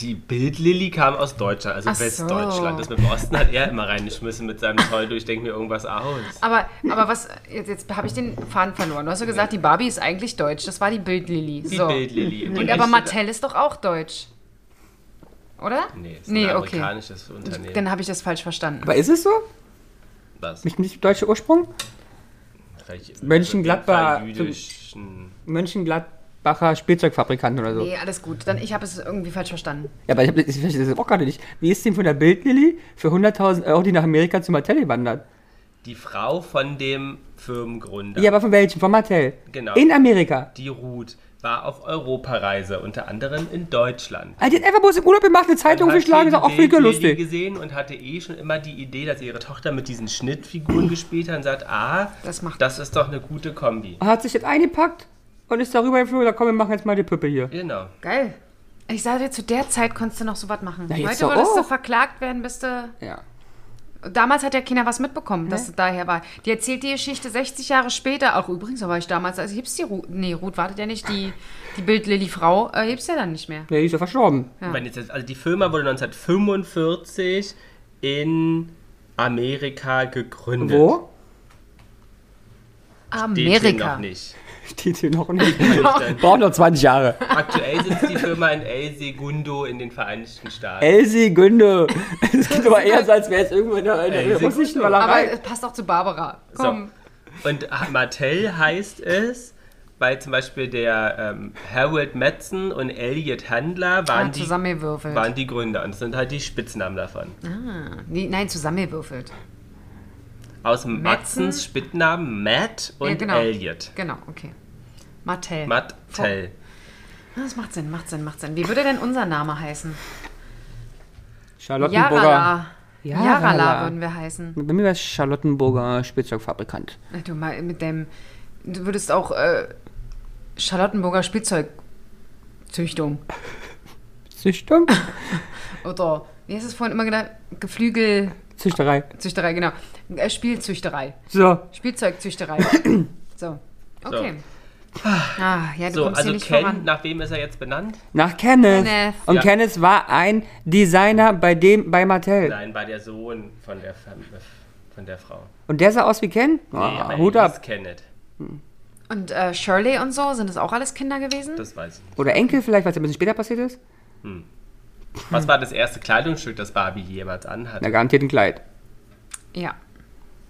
C: die Bildlilly kam aus Deutschland, also
A: Ach so.
C: Westdeutschland. Das mit dem Osten hat er immer reingeschmissen mit seinem Toll, ich denke mir irgendwas aus.
A: Aber, aber was, jetzt, jetzt habe ich den Faden verloren. Du hast ja gesagt, die Barbie ist eigentlich deutsch. Das war die Bildlili.
C: Die
A: So.
C: Bildlilly.
A: Und aber Mattel ist doch auch deutsch. Oder?
C: Nee, ist
A: Nee,
C: ein
A: okay. Genau.
C: amerikanisches Unternehmen.
A: Dann habe ich das falsch verstanden.
B: Aber ist es so?
C: Was?
B: Nicht, nicht deutscher Ursprung?
C: Vielleicht-
B: Mönchengladbach-
C: Auf jeden Fall Jüdischen.
B: Mönchengladbacher Spielzeugfabrikant oder so.
A: Nee, alles gut. Dann ich habe es irgendwie falsch verstanden.
B: Ja, aber ich, hab, ich verstehe das auch gerade nicht. Wie ist denn von der Bildlilly für 100.000 Euro, die nach Amerika zu Mattel wandert?
C: Die Frau von dem Firmengründer,
B: Ja. aber von welchem? Von Mattel?
C: Genau.
B: In Amerika.
C: die Ruth, war auf Europareise, unter anderem in Deutschland.
B: Also die hat einfach bloß im Urlaub gemacht, eine Zeitung
C: Dann hat
B: geschlagen,
C: sie
B: ist auch
C: die
B: völlig
C: Bildlilly
B: lustig.
C: gesehen und hatte eh schon immer die Idee, dass ihre Tochter mit diesen Schnittfiguren gespielt hat und sagt, ah,
A: Das macht-
C: das ist doch eine gute Kombi.
B: Hat sich jetzt eingepackt und ist darüber geflogen, da komm, wir machen jetzt mal die Püppe hier.
C: Genau.
A: Geil. Ich sage dir, zu der Zeit konntest du noch so was machen.
B: Na, jetzt
A: Heute
B: doch
A: würdest du
B: auch.
A: verklagt werden, bist du.
B: Ja.
A: Damals hat ja keiner was mitbekommen, dass es daher war. Die erzählt die Geschichte 60 Jahre später. Auch übrigens, da war ich damals als Hipster. Ruth. Nee, Ruth wartet ja nicht. Die, die Bildlilly-Frau äh, Hipster dann nicht mehr.
B: Nee, die ist ja verstorben.
A: Ja.
C: Wenn jetzt, also die Firma wurde 1945 in Amerika gegründet.
B: Wo?
C: Steht hier
A: Amerika.
C: noch nicht.
B: Steht hier noch nicht.
C: Dann-
B: Braucht noch 20 Jahre.
C: Aktuell sitzt die Firma in El Segundo in den Vereinigten Staaten.
B: Elsie Günde. Es klingt aber eher so, als wäre es irgendwo in der, in der
C: Elsie
B: russischen
C: Günde.
A: Aber
B: Malerei.
A: es passt auch zu Barbara. Komm.
C: So. Und Mattel heißt es, weil zum Beispiel der ähm, Harold Metzen und Elliot Handler waren,
A: ah,
C: die,
A: zusammengewürfelt.
C: waren die Gründer. Und das sind halt die Spitznamen davon.
A: Ah, Nee, nein, zusammengewürfelt.
C: Aus Matzens Spitznamen Matt und
A: Ja, genau.
C: Elliot.
A: Genau, okay. Mattel.
C: Mattel.
A: Ah, Das macht Sinn, macht Sinn, macht Sinn. Wie würde denn unser Name heißen?
B: Charlottenburger.
A: Jarala.
B: Jarala.
A: Jarala würden wir heißen.
B: Bei mir wäre es Charlottenburger Spielzeugfabrikant.
A: Na, Du mal mit dem. Du würdest auch äh, Charlottenburger Spielzeugzüchtung.
B: Züchtung?
A: Oder wie heißt es vorhin immer genannt? Geflügel.
B: Züchterei.
A: Züchterei, genau. Äh, Spielzüchterei.
B: So.
A: Spielzeugzüchterei. so. Okay. Ah, ja, du
C: So,
A: kommst
C: also
A: hier nicht
C: Ken,
A: voran.
C: nach wem ist er jetzt benannt?
B: Nach Kenneth.
A: Kenneth.
B: Und
C: Ja.
B: Kenneth war ein Designer bei dem, bei Mattel.
C: Nein, war der Sohn von der, Fam- von der Frau.
B: Und der sah aus wie Ken? Oh,
C: aber
B: Hut
C: er hieß
B: ab.
C: Kenneth.
A: Und äh, Shirley und so, sind das auch alles Kinder gewesen?
C: Das weiß ich.
B: Oder Enkel vielleicht, was ein bisschen später passiert ist?
C: Was war das erste Kleidungsstück, das Barbie jemals anhatte?
B: Na, garantiert ein Kleid.
A: ja.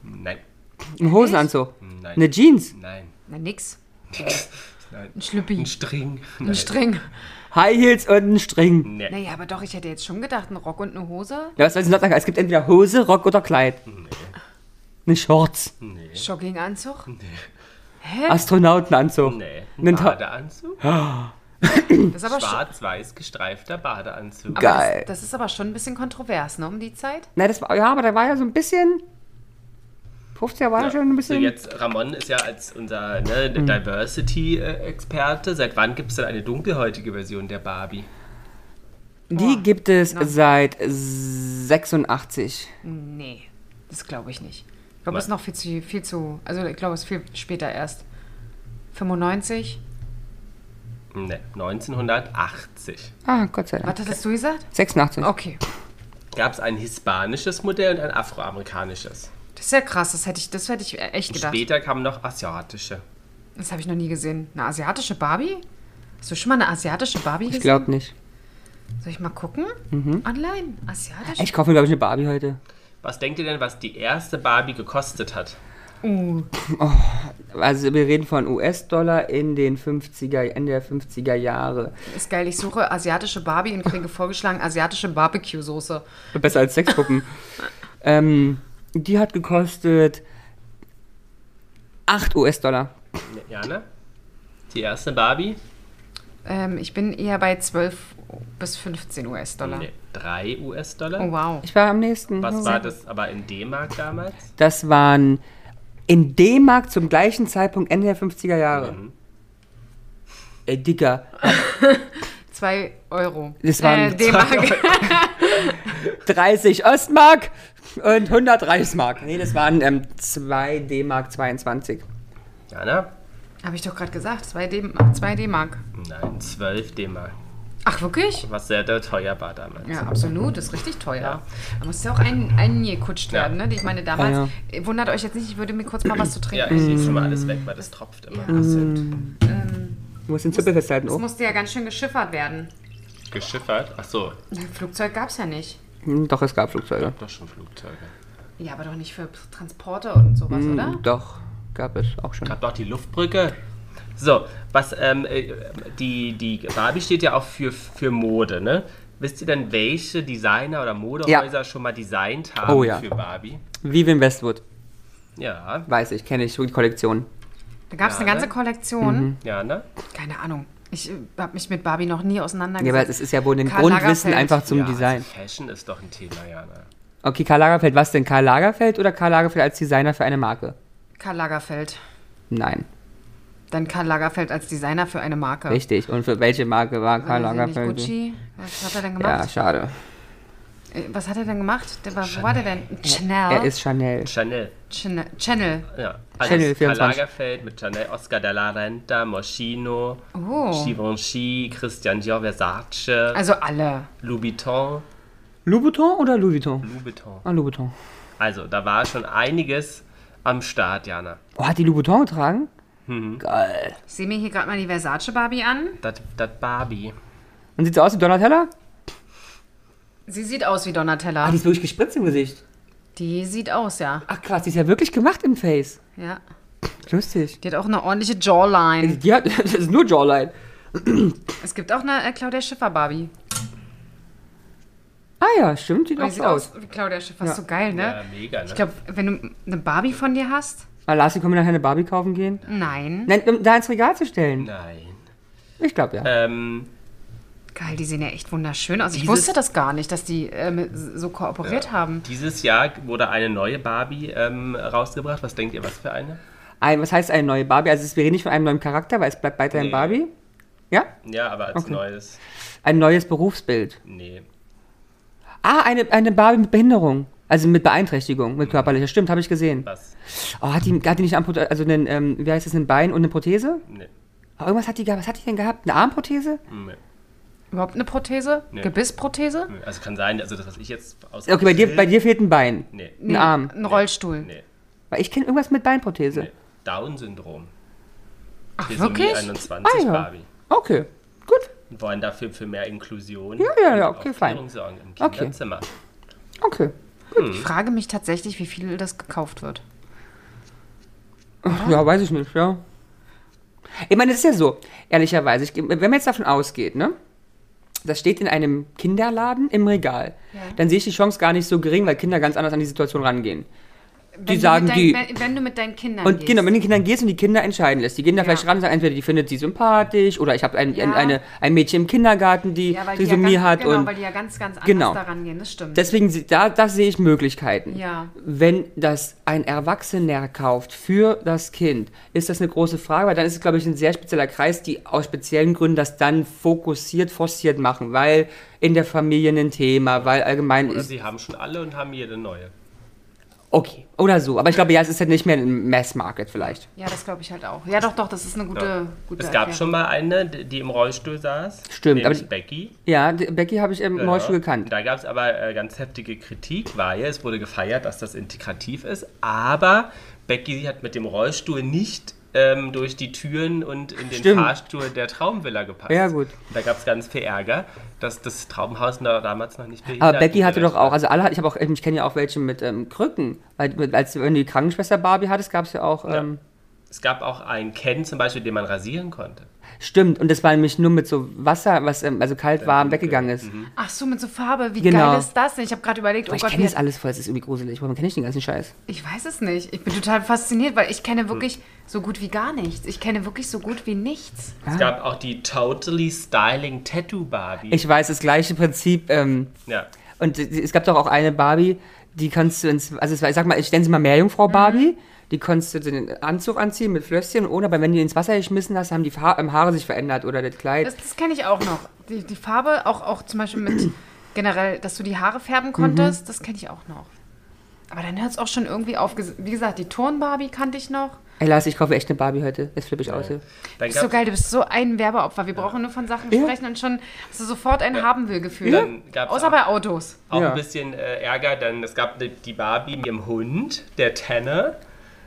C: Nein,
B: Ein Hosenanzug.
C: nein,
B: Eine Jeans.
C: nein,
A: Na, nix.
C: nein.
A: Ein Schlüppi.
C: Ein String.
A: Ein String.
B: High Heels und ein String.
C: Nee.
A: Naja, aber doch, ich hätte jetzt schon gedacht, ein Rock und eine Hose.
B: Ja, was soll ich noch sagen? Es gibt entweder Hose, Rock oder Kleid. Eine Shorts.
A: Jogginganzug.
B: Astronautenanzug.
C: Nee. Ah,
B: Ein
C: Ein
B: Ta-
C: Badeanzug?
A: Das ist aber schon.
C: Schwarz-weiß gestreifter Badeanzug.
A: Aber
B: Geil.
A: das, das ist aber schon ein bisschen kontrovers, ne, um die Zeit?
B: Na, das war, ja, aber da war ja so ein bisschen. 50er war ja.
C: Ja.
B: schon ein
C: So
B: bisschen.
C: jetzt, Ramon ist ja als unser ne, Diversity-Experte. Seit wann gibt es denn eine dunkelhäutige Version der Barbie?
B: die
A: Boah.
B: gibt es
A: Na.
B: seit 86.
A: Nee, das glaube ich nicht. glaube, es ist noch viel zu, viel zu. Also ich glaube, es ist viel später erst. 95?
C: Ne, 1980
B: Ah, Gott sei Dank.
A: Was hattest du gesagt?
B: 86.
A: Okay.
C: gab es ein hispanisches Modell und ein afroamerikanisches.
A: Das ist ja krass. Das hätte ich, das hätte ich echt gedacht.
C: Später kamen noch asiatische.
A: Das habe ich noch nie gesehen. Eine asiatische Barbie? Hast du schon mal eine asiatische Barbie
B: Ich Mhm.
A: gesehen?
B: glaube nicht.
A: Soll ich mal gucken? Online. Asiatisch.
B: Ich kaufe mir, glaube ich, eine Barbie heute.
C: Was denkt ihr denn, was die erste Barbie gekostet hat?
A: Uh,
B: Also wir reden von US-Dollar in den 50er, Ende der 50er Jahre.
A: Ist geil. Ich suche asiatische Barbie und kriege vorgeschlagen asiatische Barbecue-Soße.
B: Besser als Sexpuppen. ähm, die hat gekostet 8 US-Dollar.
C: Ne, Jana? Die erste Barbie?
A: Ähm, ich bin eher bei 12 bis 15 US-Dollar.
C: Ne, 3 US-Dollar.
A: Oh, wow.
B: Ich war am nächsten. Also,
C: Was war das aber in D-Mark damals?
B: Das waren in D-Mark zum gleichen Zeitpunkt Ende der 50er Jahre.
C: Mhm.
B: Ey, Dicker,
A: 2 Euro. Äh,
B: Das waren
A: D-Mark.
B: 30 Ostmark und 100 Reichsmark. Nee, das waren ähm, 2 D-Mark 22.
C: Jana?
A: Habe ich doch gerade gesagt. 2 D- 2 D-Mark.
C: Nein, 12 D-Mark.
A: Ach, wirklich?
C: Was sehr teuer war damals.
A: Ja, absolut, das ist richtig teuer. Da muss ja auch ein, eingekutscht
C: Ja.
A: werden, ne? Ich meine, damals,
B: Ja,
A: äh, wundert euch jetzt nicht, ich würde mir kurz mal was zu
C: Ja,
A: trinken.
C: ich
B: Mm.
C: lese schon mal alles weg, weil das tropft immer ein bisschen.
B: Du musst den Zippel festhalten.
A: Es
B: Oh,
A: musste ja ganz schön geschiffert werden.
C: Geschiffert? Ach so,
A: Flugzeug gab es ja nicht.
B: Hm, doch, es gab Flugzeuge.
C: doch schon Flugzeuge.
A: Ja, aber doch nicht für Transporte und sowas,
B: Mhm.
A: oder?
B: Doch, gab es auch schon.
C: Habt auch die Luftbrücke. So, was, ähm, äh, die, die Barbie steht ja auch für, für Mode, ne? Wisst ihr denn, welche Designer oder Modehäuser schon mal designt haben
B: Oh ja.
C: für Barbie?
B: Vivian Westwood,
C: Ja,
B: weiß ich, kenne ich, die Kollektion.
A: Da gab es
C: Ja,
A: eine ganze
C: ne?
A: Kollektion.
B: Mhm.
C: ja, ne?
A: Keine Ahnung. Ich habe mich mit Barbie noch nie
B: Ja,
A: auseinandergesetzt.
B: aber es ist ja wohl ein
A: Karl
B: Grundwissen
A: Lagerfeld.
B: einfach zum
C: ja,
B: Design.
C: Also Fashion ist doch ein Thema, Jana.
B: Okay, Karl Lagerfeld, was denn? Karl Lagerfeld oder Karl Lagerfeld als Designer für eine Marke?
A: Karl Lagerfeld.
B: Nein,
A: Dann Karl Lagerfeld als Designer für eine Marke.
B: richtig. Und für welche Marke war Karl
A: Weiß ich nicht,
B: Lagerfeld?
A: Gucci. Was hat er denn
B: Ja,
A: gemacht?
B: schade.
A: Äh, Was hat er denn gemacht? Der war, wo war der denn? Chanel.
B: Er ist Chanel.
C: Chanel,
A: Chanel. Chanel.
C: ja. Also
B: Chanel
C: Karl
B: 24.
C: Lagerfeld mit Chanel, Oscar de la Renta, Moschino,
A: Oh.
C: Givenchy, Christian Dior, Versace,
A: Also alle.
C: Louboutin,
B: Louboutin oder Louis Vuitton?
C: Louboutin.
B: Ah, Louboutin.
C: Also, da war schon einiges am Start, Jana.
B: Oh, hat die Louboutin getragen? Geil.
A: Ich sehe mir hier gerade mal die Versace Barbie an.
C: Das das Barbie.
B: Und sieht so aus wie Donatella?
A: Sie sieht aus wie Donatella.
B: Ah, die
A: die,
B: ist wirklich gespritzt im Gesicht.
A: sieht aus, ja.
B: Ach krass, die ist ja wirklich gemacht im Face.
A: ja.
B: Lustig.
A: Die hat auch eine ordentliche Jawline.
B: Die hat, das ist nur Jawline.
A: Es gibt auch eine äh, Claudia Schiffer Barbie.
B: Ah ja, stimmt, sieht
A: Die
B: auch so
A: sieht
B: aus.
A: aus wie Claudia Schiffer. Ist so geil, ne?
C: Ja, mega, ne?
A: Ich glaube, wenn du eine Barbie von dir hast,
B: Ah, Lars, können wir nachher eine Barbie kaufen gehen?
A: nein.
B: Nein, um da ins Regal zu stellen.
C: Nein.
B: Ich glaube ja.
C: Ähm,
A: Geil, die sehen ja echt wunderschön aus. Ich
C: Dieses-
A: wusste das gar nicht, dass die ähm, so kooperiert haben.
C: dieses Jahr wurde eine neue Barbie ähm, rausgebracht. Was denkt ihr, was für eine?
B: Ein, was heißt eine neue Barbie? Also es- wir reden nicht von einem neuen Charakter, weil es bleibt weiterhin
C: Nee.
B: Barbie. Ja?
C: Ja, aber als
B: Okay.
C: neues.
B: Ein neues Berufsbild.
C: Nee.
B: Ah, eine, eine Barbie mit Behinderung. Also mit Beeinträchtigung, mit körperlicher. Stimmt, habe ich gesehen.
C: Was?
B: Oh, hat die, hat die nicht Amput, also einen, ähm, wie heißt das, ein Bein und eine Prothese?
C: Nee.
B: Aber irgendwas hat die, ge- was hat die denn gehabt? Eine Armprothese?
C: nee.
A: Überhaupt eine Prothese?
C: Nee.
A: Gebissprothese?
C: nee. Also kann sein, also das, was ich jetzt aus.
B: Okay, bei dir, bei dir fehlt ein Bein.
C: Nee.
B: Ein Arm.
A: Ein Rollstuhl.
C: Nee.
B: Weil ich kenne irgendwas mit Beinprothese.
C: nee. Down-Syndrom. Ach,
A: wirklich?
C: 21
B: Ah, ja.
C: Barbie.
B: Okay, gut.
C: Und wollen dafür für mehr Inklusion.
B: Ja, ja, ja,
C: und
B: okay,
C: Aufklärung
B: fein.
C: Sorgen im
B: Okay.
C: Kinderzimmer.
B: Okay.
A: Ich frage mich tatsächlich, wie viel das gekauft wird.
B: Ja, weiß ich nicht, ja. Ich meine, es ist ja so, ehrlicherweise, ich, wenn man jetzt davon ausgeht, ne? Das steht in einem Kinderladen im Regal. Dann sehe ich die Chance gar nicht so gering, weil Kinder ganz anders an die Situation rangehen.
A: Wenn du
B: sagen,
A: mit dein,
B: die-
A: Wenn, wenn du mit deinen Kindern
B: Und
A: gehst.
B: Kinder, wenn du den Kindern gehst und die Kinder entscheiden lässt, die gehen da vielleicht ran und sagen, entweder die findet sie sympathisch oder ich habe ein, ein,
A: Ja.
B: eine, ein Mädchen im Kindergarten, die
A: Ja, weil die
B: Trisomie
A: ja ganz,
B: hat.
A: genau,
B: und
A: weil die ja ganz, ganz anders
B: Genau.
A: daran gehen, das stimmt.
B: Deswegen, se- da, da sehe ich Möglichkeiten.
A: Ja.
B: Wenn das ein Erwachsener kauft für das Kind, ist das eine große Frage, weil dann ist es, glaube ich, ein sehr spezieller Kreis, die aus speziellen Gründen das dann fokussiert, forciert machen, weil in der Familie ein Thema, weil allgemein
C: Oder
B: ist.
C: sie haben schon alle und haben jede neue.
B: Okay, oder so. Aber ich glaube, ja, es ist halt nicht mehr ein Mass-Market vielleicht.
A: Ja, das glaube ich halt auch. Ja, doch, doch, das ist eine gute.
C: Ja.
A: gute
C: Es gab
A: Erklärung.
C: schon mal eine, die die im Rollstuhl saß.
B: Stimmt, aber
C: nämlich
B: die-
C: Becky. Genau.
B: Ja, die- Becky habe ich im Rollstuhl gekannt.
C: Da gab es aber äh, ganz heftige Kritik, weil es wurde gefeiert, dass das integrativ ist, aber Becky hat mit dem Rollstuhl nicht ähm, durch die Türen und in den
B: Stimmt.
C: Fahrstuhl der Traumvilla gepasst.
B: Ja, gut.
C: Und da gab es ganz viel Ärger, dass das Traumhaus da damals noch nicht behindert
B: Aber Becky hatte
C: wurde.
B: doch auch, also alle, ich habe auch, ich kenne ja auch welche mit ähm, Krücken. Weil, mit- als wenn du die Krankenschwester Barbie hattest, gab es ja auch. Ähm,
C: Es gab auch einen Ken zum Beispiel, den man rasieren konnte.
B: Stimmt, und das war nämlich nur mit so Wasser, was ähm, also kalt warm weggegangen ist.
A: Ach so, mit so Farbe. Wie
B: Genau.
A: geil ist das denn? Ich habe gerade überlegt, oh
B: Aber ich
A: Gott,
B: kenne
A: wie
B: das alles voll, es ist irgendwie gruselig. Warum kenne ich den ganzen Scheiß?
A: Ich weiß es nicht. Ich bin total fasziniert, weil ich
C: Hm.
A: kenne wirklich so gut wie gar nichts. Ich kenne wirklich so gut wie nichts.
B: Ah.
C: Es gab auch die Totally Styling Tattoo Barbie.
B: Ich weiß, das gleiche Prinzip. Ähm,
C: ja.
B: Und es gab doch auch eine Barbie, die kannst du ins, also es war, ich sag mal, ich nenne sie mal
A: Mhm.
B: Meerjungfrau Barbie, die konntest du den Anzug anziehen mit Flösschen ohne, aber wenn du die ins Wasser geschmissen hast, haben die Fa- ähm, Haare sich verändert oder das
C: Äh,
B: Kleid.
A: Das, das kenne ich auch noch. Die, die Farbe, auch, auch zum Beispiel mit generell, dass du die Haare färben
C: Mhm.
A: konntest, das kenne ich auch noch. Aber dann hört es auch schon irgendwie auf. Ges- Wie gesagt, die Turnbarbie kannte ich noch.
B: Ey Lars, ich kaufe echt eine Barbie heute, jetzt flippe ich aus hier.
C: Dann
A: Ist so
C: gab
A: geil, du bist so ein Werbeopfer. Wir brauchen nur von Sachen sprechen und schon hast du sofort ein haben will Gefühl.
C: Dann gab's
A: Außer
C: auch-
A: bei Autos.
C: auch
B: Ja.
C: ein bisschen äh, Ärger, denn es gab die, die Barbie mit ihrem Hund, der Tanner.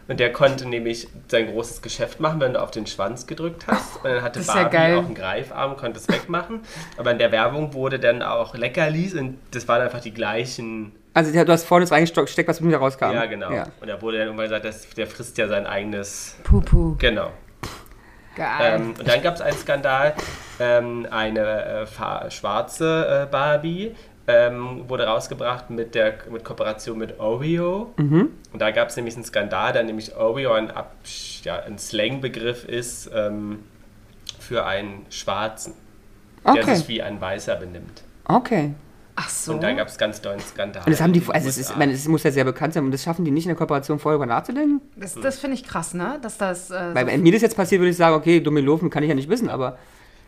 C: Und der konnte nämlich sein großes Geschäft machen, wenn du auf den Schwanz gedrückt hast. Und dann hatte
A: Das ist ja
C: Barbie
A: geil.
C: auch einen Greifarm, konnte es wegmachen. Aber in der Werbung wurde dann auch Leckerlis und das waren einfach die gleichen.
B: Also ja, du hast vorne das reingesteckt, was mir rauskam.
C: Ja, genau.
B: Ja.
C: Und da wurde dann irgendwann gesagt, dass, der frisst ja sein eigenes.
A: Pupu.
C: Genau.
A: Geil.
C: Ähm, und dann gab es einen Skandal. Ähm, eine äh, fa- schwarze äh, Barbie ähm, wurde rausgebracht mit der mit Kooperation mit Oreo.
B: Mhm.
C: Und da gab es nämlich einen Skandal, da nämlich Oreo ein, Absch- ja, ein Slangbegriff ist ähm, für einen Schwarzen, der
B: Okay,
C: sich wie ein Weißer benimmt.
B: okay.
A: Ach so.
C: Und da gab es ganz dollen Skandal.
B: Oh. Und das haben die,
C: in den
B: also es, ist, ich
C: USA.
B: meine, es muss ja sehr bekannt sein und das schaffen die nicht in der Kooperation vorher über nachzudenken?
A: Das, das finde ich krass, ne? Dass das. Äh,
B: Weil wenn mir das jetzt passiert, würde ich sagen, okay, dumme Lofen kann ich ja nicht wissen, aber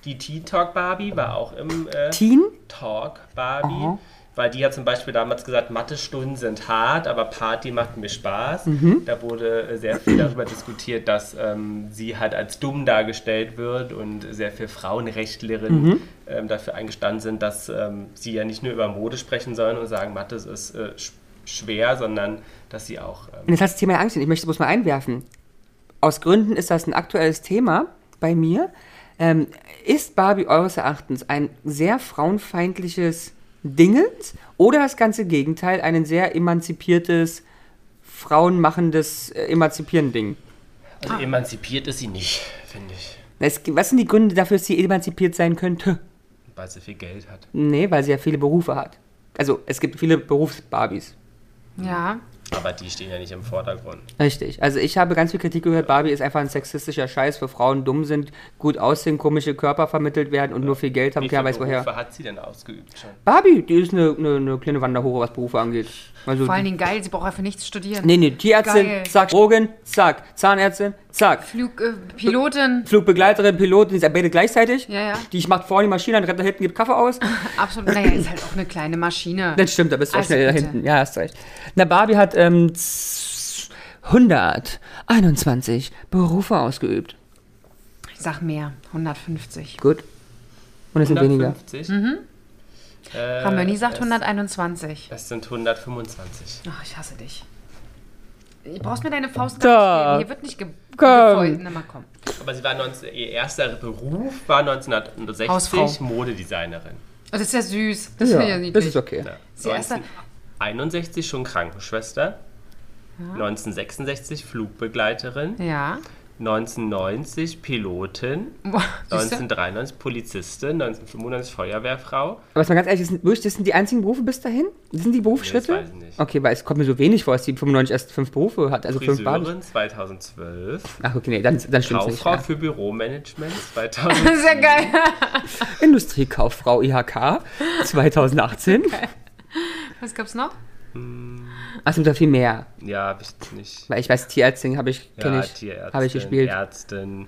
C: Die Tea-Talk Barbie war auch im äh,
B: Teen?
C: Talk Barbie, weil die hat zum Beispiel damals gesagt, Mathestunden sind hart, aber Party macht mir Spaß.
B: Mhm.
C: Da wurde äh, sehr viel darüber diskutiert, dass ähm, sie halt als dumm dargestellt wird und sehr viele Frauenrechtlerinnen
B: Mhm.
C: ähm, dafür eingestanden sind, dass ähm, sie ja nicht nur über Mode sprechen sollen und sagen, Mathe ist äh, sch schwer, sondern dass sie auch ähm,
B: Und jetzt hat das Thema ja Angst. Ich möchte es bloß mal einwerfen. Aus Gründen ist das ein aktuelles Thema bei mir. Ähm, ist Barbie eures Erachtens ein sehr frauenfeindliches Dingens oder das ganze Gegenteil, ein sehr emanzipiertes, frauenmachendes, äh, emanzipierend Ding? Ah.
C: also emanzipiert ist sie nicht, finde ich,
B: Es, was sind die Gründe dafür, dass sie emanzipiert sein könnte?
C: weil sie viel Geld hat.
B: Nee, weil sie ja viele Berufe hat. Also es gibt viele Berufs-Barbies.
A: ja.
C: Aber die stehen ja nicht im Vordergrund.
B: Richtig. Also ich habe ganz viel Kritik gehört, Barbie ist einfach ein sexistischer Scheiß, wo Frauen dumm sind, gut aussehen, komische Körper vermittelt werden und nur viel Geld haben,
C: Wie
B: keiner
C: viele
B: weiß woher.
C: Berufe hat sie denn ausgeübt schon?
B: Barbie, die ist eine, eine, eine kleine Wanderhure, was Berufe angeht. Also,
A: Vor allen
B: die,
A: Dingen geil, sie braucht ja für nichts studieren.
B: nee, nee, Tierärztin,
A: Geil.
B: zack, Drogen, zack, Zahnärztin, zack.
A: Flug, äh, Pilotin,
B: Flugbegleiterin, Pilotin, die arbeitet gleichzeitig.
A: Ja, ja.
B: Die ich macht vorne die Maschine, dann rennt da hinten, gibt Kaffee aus.
A: absolut. Naja, ist halt auch eine kleine Maschine.
B: Das stimmt, da bist du auch
A: Also
B: schnell da
A: bitte.
B: hinten. Ja, hast recht. Na, Barbie hat ähm, z- 121 Berufe ausgeübt.
A: Ich sag mehr, 150.
B: Gut. Und es sind weniger. Mhm.
C: 150.
B: Äh,
A: Ramoni sagt
C: es-
A: 121.
C: Es sind 125.
A: Ach, ich hasse dich. Du brauchst mir deine Faust
B: Da.
A: gar nicht geben. Hier wird nicht ge
B: Komm.
A: gefolgt. Na, mal komm.
C: Aber sie war 19, ihr erster Beruf war 1960
A: Hausfrau.
C: Modedesignerin.
A: Oh, das ist ja süß. Das finde ich ja niedlich.
B: das ist okay.
C: Ja.
A: Sie erster-
C: 1961 schon Krankenschwester. 1966 Flugbegleiterin.
A: Ja.
C: 1990 Pilotin.
A: Boah, siehst du?
C: 1993 Polizistin. 1995 Feuerwehrfrau.
B: Aber ist mal ganz ehrlich, das sind, wirklich, das sind die einzigen Berufe bis dahin? Das sind die Berufsschritte?
C: Nee, das weiß ich nicht.
B: Okay, weil es kommt mir so wenig vor, dass die 95 erst fünf Berufe hat, also fünf Barbys.
C: Friseurin 2012.
B: Ach, okay, nee, dann, dann stimmt's nicht.
C: Kauffrau
B: Ja.
C: für Büromanagement
A: Das
C: 2000.
A: ist ja geil.
B: Industriekauffrau IHK 2018.
A: Was gab's noch?
B: Ach, sind da viel mehr.
C: ja, hab ich nicht.
B: Weil ich weiß, Tierärztin habe ich, kenne ich, habe ich gespielt.
C: Ärztin.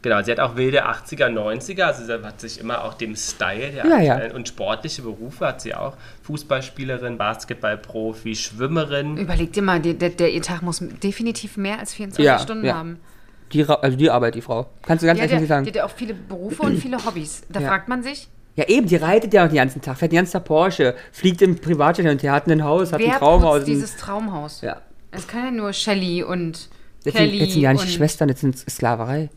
C: Genau, sie hat auch wilde 80er, 90er, also sie hat sich immer auch dem Style der
B: Ja, ja.
C: aktuellen- und sportliche Berufe hat sie auch. Fußballspielerin, Basketballprofi, Schwimmerin.
A: Überleg dir mal, der, der, der ihr Tag muss definitiv mehr als 24
B: Ja,
A: Stunden
B: ja.
A: haben.
B: Die, Ra- also die Arbeit, die Frau. Kannst du ganz
A: Ja,
B: ehrlich
A: der, der
B: sagen.
A: hat ja auch viele Berufe und viele Hobbys. Da
B: Ja.
A: fragt man sich,
B: Ja, eben, die reitet ja auch den ganzen Tag, fährt den ganzen Tag Porsche, fliegt im Privatjet und her, hat ein Haus, hat
A: wer
B: ein Traumhaus.
A: putzt dieses Traumhaus?
B: ein, ja.
A: Es kann ja nur Shelley und
B: Jetzt sind,
A: Kelly
B: jetzt sind ja nicht
A: und Ah.
B: Schwestern, jetzt sind es Sklaverei.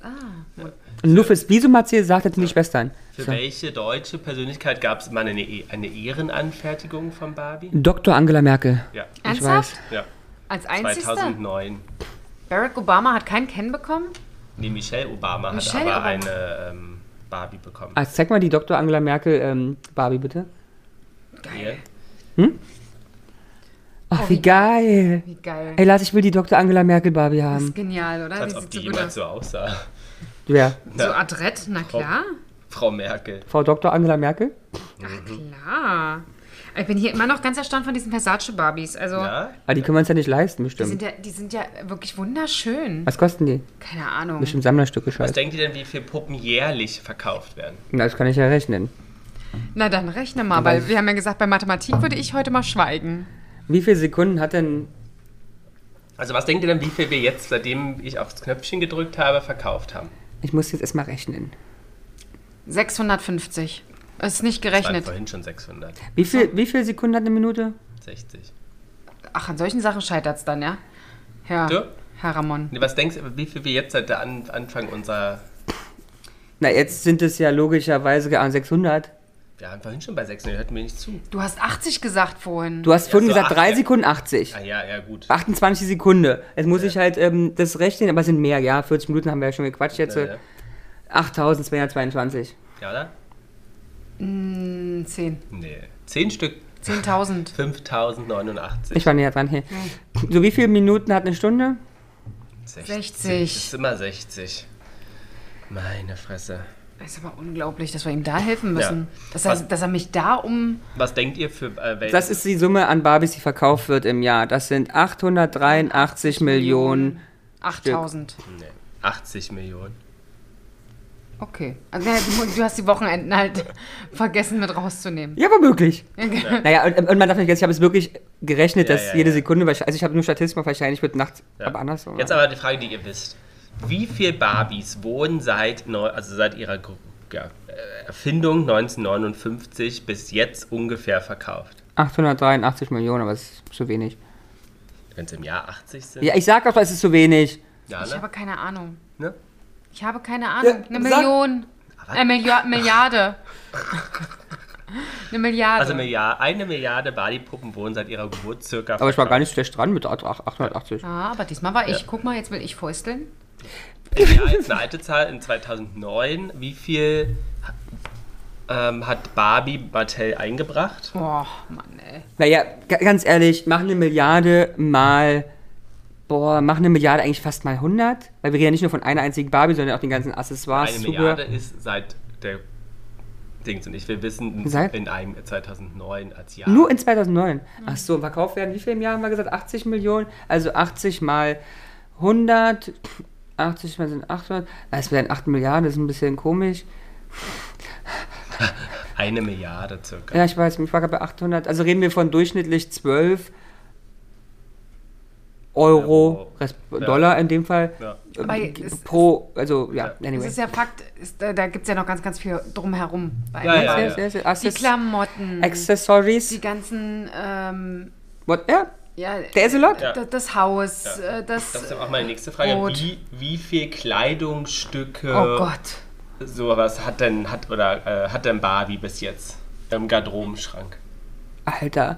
B: Und nur fürs Visum hat sie gesagt, jetzt sind die Schwestern.
C: Für
B: So.
C: welche deutsche Persönlichkeit gab es mal eine, E- eine Ehrenanfertigung von Barbie?
B: Dr. Angela Merkel.
C: Ja,
A: Ernsthaft?
C: ja.
A: Als einzigster?
C: 2009.
A: Barack Obama hat keinen Ken bekommen?
C: Nee, Michelle Obama hat
A: Michelle
C: aber
A: Obama.
C: eine ähm, Barbie bekommen.
B: Also zeig mal die Dr. Angela Merkel, ähm, Barbie bitte.
C: Hier.
B: Ach, wie geil.
A: Wie geil.
B: Ey, Lars, ich will die Dr. Angela Merkel Barbie
A: Das
B: haben.
A: ist genial, oder?
C: Als
A: Die
C: ob
A: sieht
C: die
A: so gut
C: jemals
A: aus.
C: so aussah.
B: Wer?
A: So adrett, na klar.
C: Frau Merkel.
B: Frau Dr. Angela Merkel?
C: Mhm.
A: Klar. Ich bin hier immer noch ganz erstaunt von diesen Versace-Barbies. Also,
C: Ja?
B: Ah, die können wir uns ja nicht leisten,
A: die, sind
B: bestimmt.
A: ja, die sind ja wirklich wunderschön.
B: Was kosten die?
A: Keine Ahnung.
B: Bestimmt Sammlerstücke,
C: Was
B: scheiße.
C: denkt ihr denn, wie viele Puppen jährlich verkauft werden?
B: Na, Das kann ich ja rechnen.
A: Na dann rechne mal, weil wir haben ja gesagt, bei Mathematik würde ich heute mal schweigen.
B: Wie viele Sekunden hat denn...
C: Also was denkt ihr denn, wie viel wir jetzt, seitdem ich aufs Knöpfchen gedrückt habe, verkauft haben?
B: Ich muss jetzt erstmal rechnen.
A: 650. Ist nicht
C: Das waren
A: gerechnet.
C: vorhin schon 660.
B: Wie viel, wie viel Sekunden hat eine Minute?
A: Ach, an solchen Sachen scheitert es dann, ja? Herr,
C: Du?
A: Herr Ramon.
C: Nee, Was denkst du, wie viel wir jetzt seit der An Anfang unserer...
B: Na, jetzt sind es ja logischerweise an 600.
C: Wir waren vorhin schon bei 600, hört mir nicht zu.
A: Du hast 80 gesagt vorhin.
B: Du hast vorhin
C: so
B: gesagt 3
C: 80.
B: Sekunden 80.
C: Ah ja, ja gut.
B: 28 Sekunden. Jetzt muss ich halt ähm, das rechnen, aber es sind mehr, ja. 40 Minuten haben wir ja schon gequatscht jetzt.
C: Ja, ja.
B: 8222.
C: Äh, ja oder?
A: Hm, 10.
C: Nee. 10 Stück,
A: 10.000.
C: 5089.
B: Ich war näher dran. Hey. So, wie viele Minuten hat eine Stunde?
A: 60.
C: Das ist immer 60. Meine Fresse.
A: Das ist aber unglaublich, dass wir ihm da helfen müssen.
C: Ja.
A: Dass, er,
C: Was-
A: dass er mich da um.
C: Was denkt ihr für äh, welche?
B: Das ist die Summe an Barbies, die verkauft wird im Jahr. Das sind 883 Millionen.
A: 8000.
C: nee, 80 Millionen.
A: Okay. Also, ja, du, du hast die Wochenenden halt vergessen mit rauszunehmen.
B: Ja, war möglich.
C: ne?
A: Ja.
B: Naja, und, und man darf nicht vergessen, ich habe es wirklich gerechnet,
C: Ja,
B: dass
C: ja,
B: jede
C: ja.
B: Sekunde, weil ich, also ich habe nur Statistik, mal wahrscheinlich wird nachts
C: Ja.
B: aber anders. Oder?
C: Jetzt aber die Frage, die ihr wisst. Wie viele Barbies wurden seit, neu, also seit ihrer Gr- ja, äh, Erfindung 1959 bis jetzt ungefähr verkauft?
B: 883 Millionen, aber es ist zu wenig.
C: Wenn es im Jahr 80 sind?
B: Ja, ich sag auch, es ist zu wenig.
C: Ja,
A: Ich habe
C: ne?
A: keine Ahnung.
C: ne?
A: Ich habe keine Ahnung.
B: Ja,
A: Eine
B: sag-
A: Million. Äh, Millia Milliarde. Eine Milliarde.
C: Also Milliard, eine Milliarde Barbie-Puppen wurden seit ihrer Geburt circa
B: Aber ich war gar nicht schlecht dran mit 880.
A: ah, aber diesmal war ich. Guck mal, jetzt will ich fäusteln.
C: Ja, jetzt eine alte Zahl in 2009. Wie viel ähm, hat Barbie Mattel eingebracht?
A: Boah, Mann, ey.
B: Naja, ga- ganz ehrlich, mach eine Milliarde mal. Boah, mach eine Milliarde eigentlich fast mal 100. Weil wir reden ja nicht nur von einer einzigen Barbie, sondern auch den ganzen Accessoires.
C: Eine
B: Zubehör.
C: Milliarde ist seit der Dings und ich will wissen,
B: Seit?
C: in einem 2009 als Jahr.
B: Nur in 2009. Ach so, und verkauft werden wie viel im Jahr haben wir gesagt? 80 Millionen. Also 80 mal 100. 80 mal sind 800. Das wären 8 Milliarden, das ist ein bisschen komisch.
C: eine Milliarde circa.
A: Äh,
B: Ja, ich weiß, ich war gerade bei 800. Also reden wir von durchschnittlich 12 Euro,
C: Euro.
B: Res-
C: Ja.
B: Dollar in dem Fall.
C: Ja.
B: ähm,
A: Aber
B: g-
A: es-
B: pro, also ja,
C: Ja.
B: anyway.
A: Das ist ja Fakt, ist, da, da gibt es ja noch ganz, ganz viel drumherum. Bei
C: Ja, ja,
A: Barbie.
C: ja.
B: Yes, yes,
A: Die
B: Access- Äh,
A: Klamotten, die
B: Accessories.
A: ganzen, ähm,
B: What? Ja,
A: ja,
B: der ist a lot.
A: d- das, Haus, äh, das,
C: Das ist dann auch meine nächste Frage.
A: Rot.
C: Wie, wie viel Kleidungsstücke
A: oh Gott.
C: sowas hat denn hat oder äh, hat denn Barbie bis jetzt im Garderobenschrank?
B: Alter.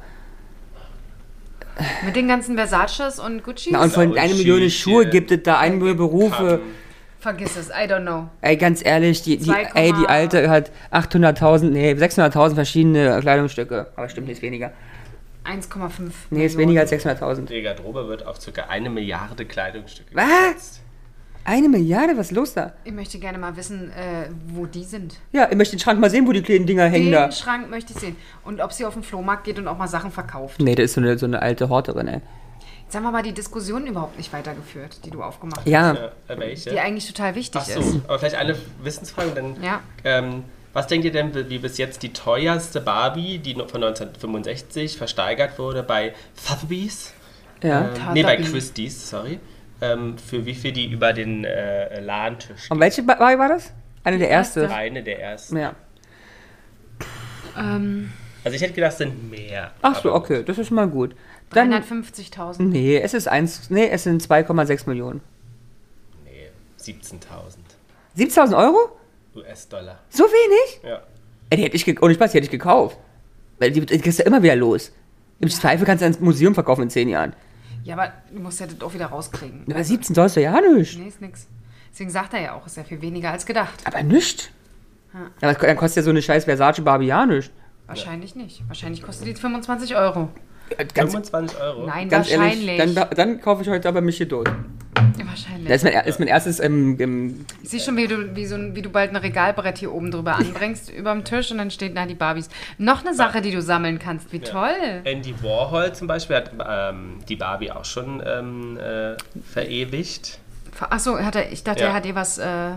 A: Mit den ganzen Versaces und Gucci,
B: Na, und von
C: Sau-
B: einer Million
C: Schielchen.
B: Schuhe gibt es da eine Million Berufe.
C: Kappen.
A: vergiss es, I don't know.
B: Ey, ganz ehrlich, die, die,
A: 2,8.
B: ey, die Alte hat 800.000, nee, 600.000 verschiedene Kleidungsstücke. Aber stimmt, nee, ist weniger.
A: 1,5
B: Nee, ist
A: Millionen.
B: weniger als 600.000.
C: Die Garderobe wird auf circa eine Milliarde Kleidungsstücke
B: Was?
C: geschätzt.
B: Eine Milliarde, was ist los da?
A: Ich möchte gerne mal wissen, äh, wo die sind.
B: Ja, ich möchte den Schrank mal sehen, wo die kleinen Dinger hängen
A: Den
B: da.
A: Schrank möchte ich sehen. Und ob sie auf den Flohmarkt geht und auch mal Sachen verkauft.
B: Nee, das ist so eine, so eine alte Horterin, ey.
A: Jetzt haben wir aber die Diskussion überhaupt nicht weitergeführt, die du aufgemacht hast.
B: Ja,
C: Äh, welche?
A: Ah. Die eigentlich total wichtig
C: Ach so,
A: ist.
C: aber vielleicht eine Wissensfrage und dann.
A: Ja.
C: Ähm, was denkt ihr denn, wie bis jetzt die teuerste Barbie, die noch von 1965 versteigert wurde bei Sotheby's?
B: ja.
C: Ähm, nee, bei
A: Sotheby's.
C: Christie's, sorry. Ähm, für wie viel die über den äh, Lahntisch
B: Und welche Ba- Barbie war das? Eine der
A: erste.
B: erste.
C: Eine der ersten.
B: Ja.
A: Ähm,
C: Also ich hätte gedacht, es sind mehr.
B: Ach so,
C: Aber-
B: okay, das ist mal gut. Dann,
A: 350.000.
B: nee, es ist eins, nee, es sind 2,6 Millionen.
C: Nee, 17.000
B: 7000 Euro?
C: US-Dollar.
B: So wenig?
C: Ja.
B: Ey, Die hätte ich, ge- ohne Spaß, die hätte ich gekauft. Weil die, die kriegst du immer wieder los. Im Zweifel kannst du ans Museum verkaufen in 10 Jahren.
A: Ja, aber du musst ja das auch wieder rauskriegen.
B: Aber 17 sollst du ja nicht.
A: Nee, ist nix. Deswegen sagt er ja auch, ist ja viel weniger als gedacht.
B: Aber nicht. Aber es ko- dann kostet ja so eine scheiß Versace Barbie ja nicht.
A: Wahrscheinlich nicht. Wahrscheinlich kostet die 25 Euro.
B: Ganz,
C: 25 Euro.
A: Nein,
B: ganz
A: wahrscheinlich.
B: ehrlich, dann, dann kaufe ich heute aber mich hier durch.
A: wahrscheinlich.
B: Das ist mein, er- ist mein erstes ähm, ähm,
A: Ich sehe schon, wie du, wie, so ein, wie du bald ein Regalbrett hier oben drüber anbringst, überm Tisch und dann steht da die Barbies. Noch eine Sache, die du sammeln kannst. Wie toll.
C: Andy Warhol zum Beispiel hat ähm, die Barbie auch schon ähm, äh, verewigt.
A: Achso, hat er, ich dachte,
C: Ja.
A: er hat ihr was. Äh,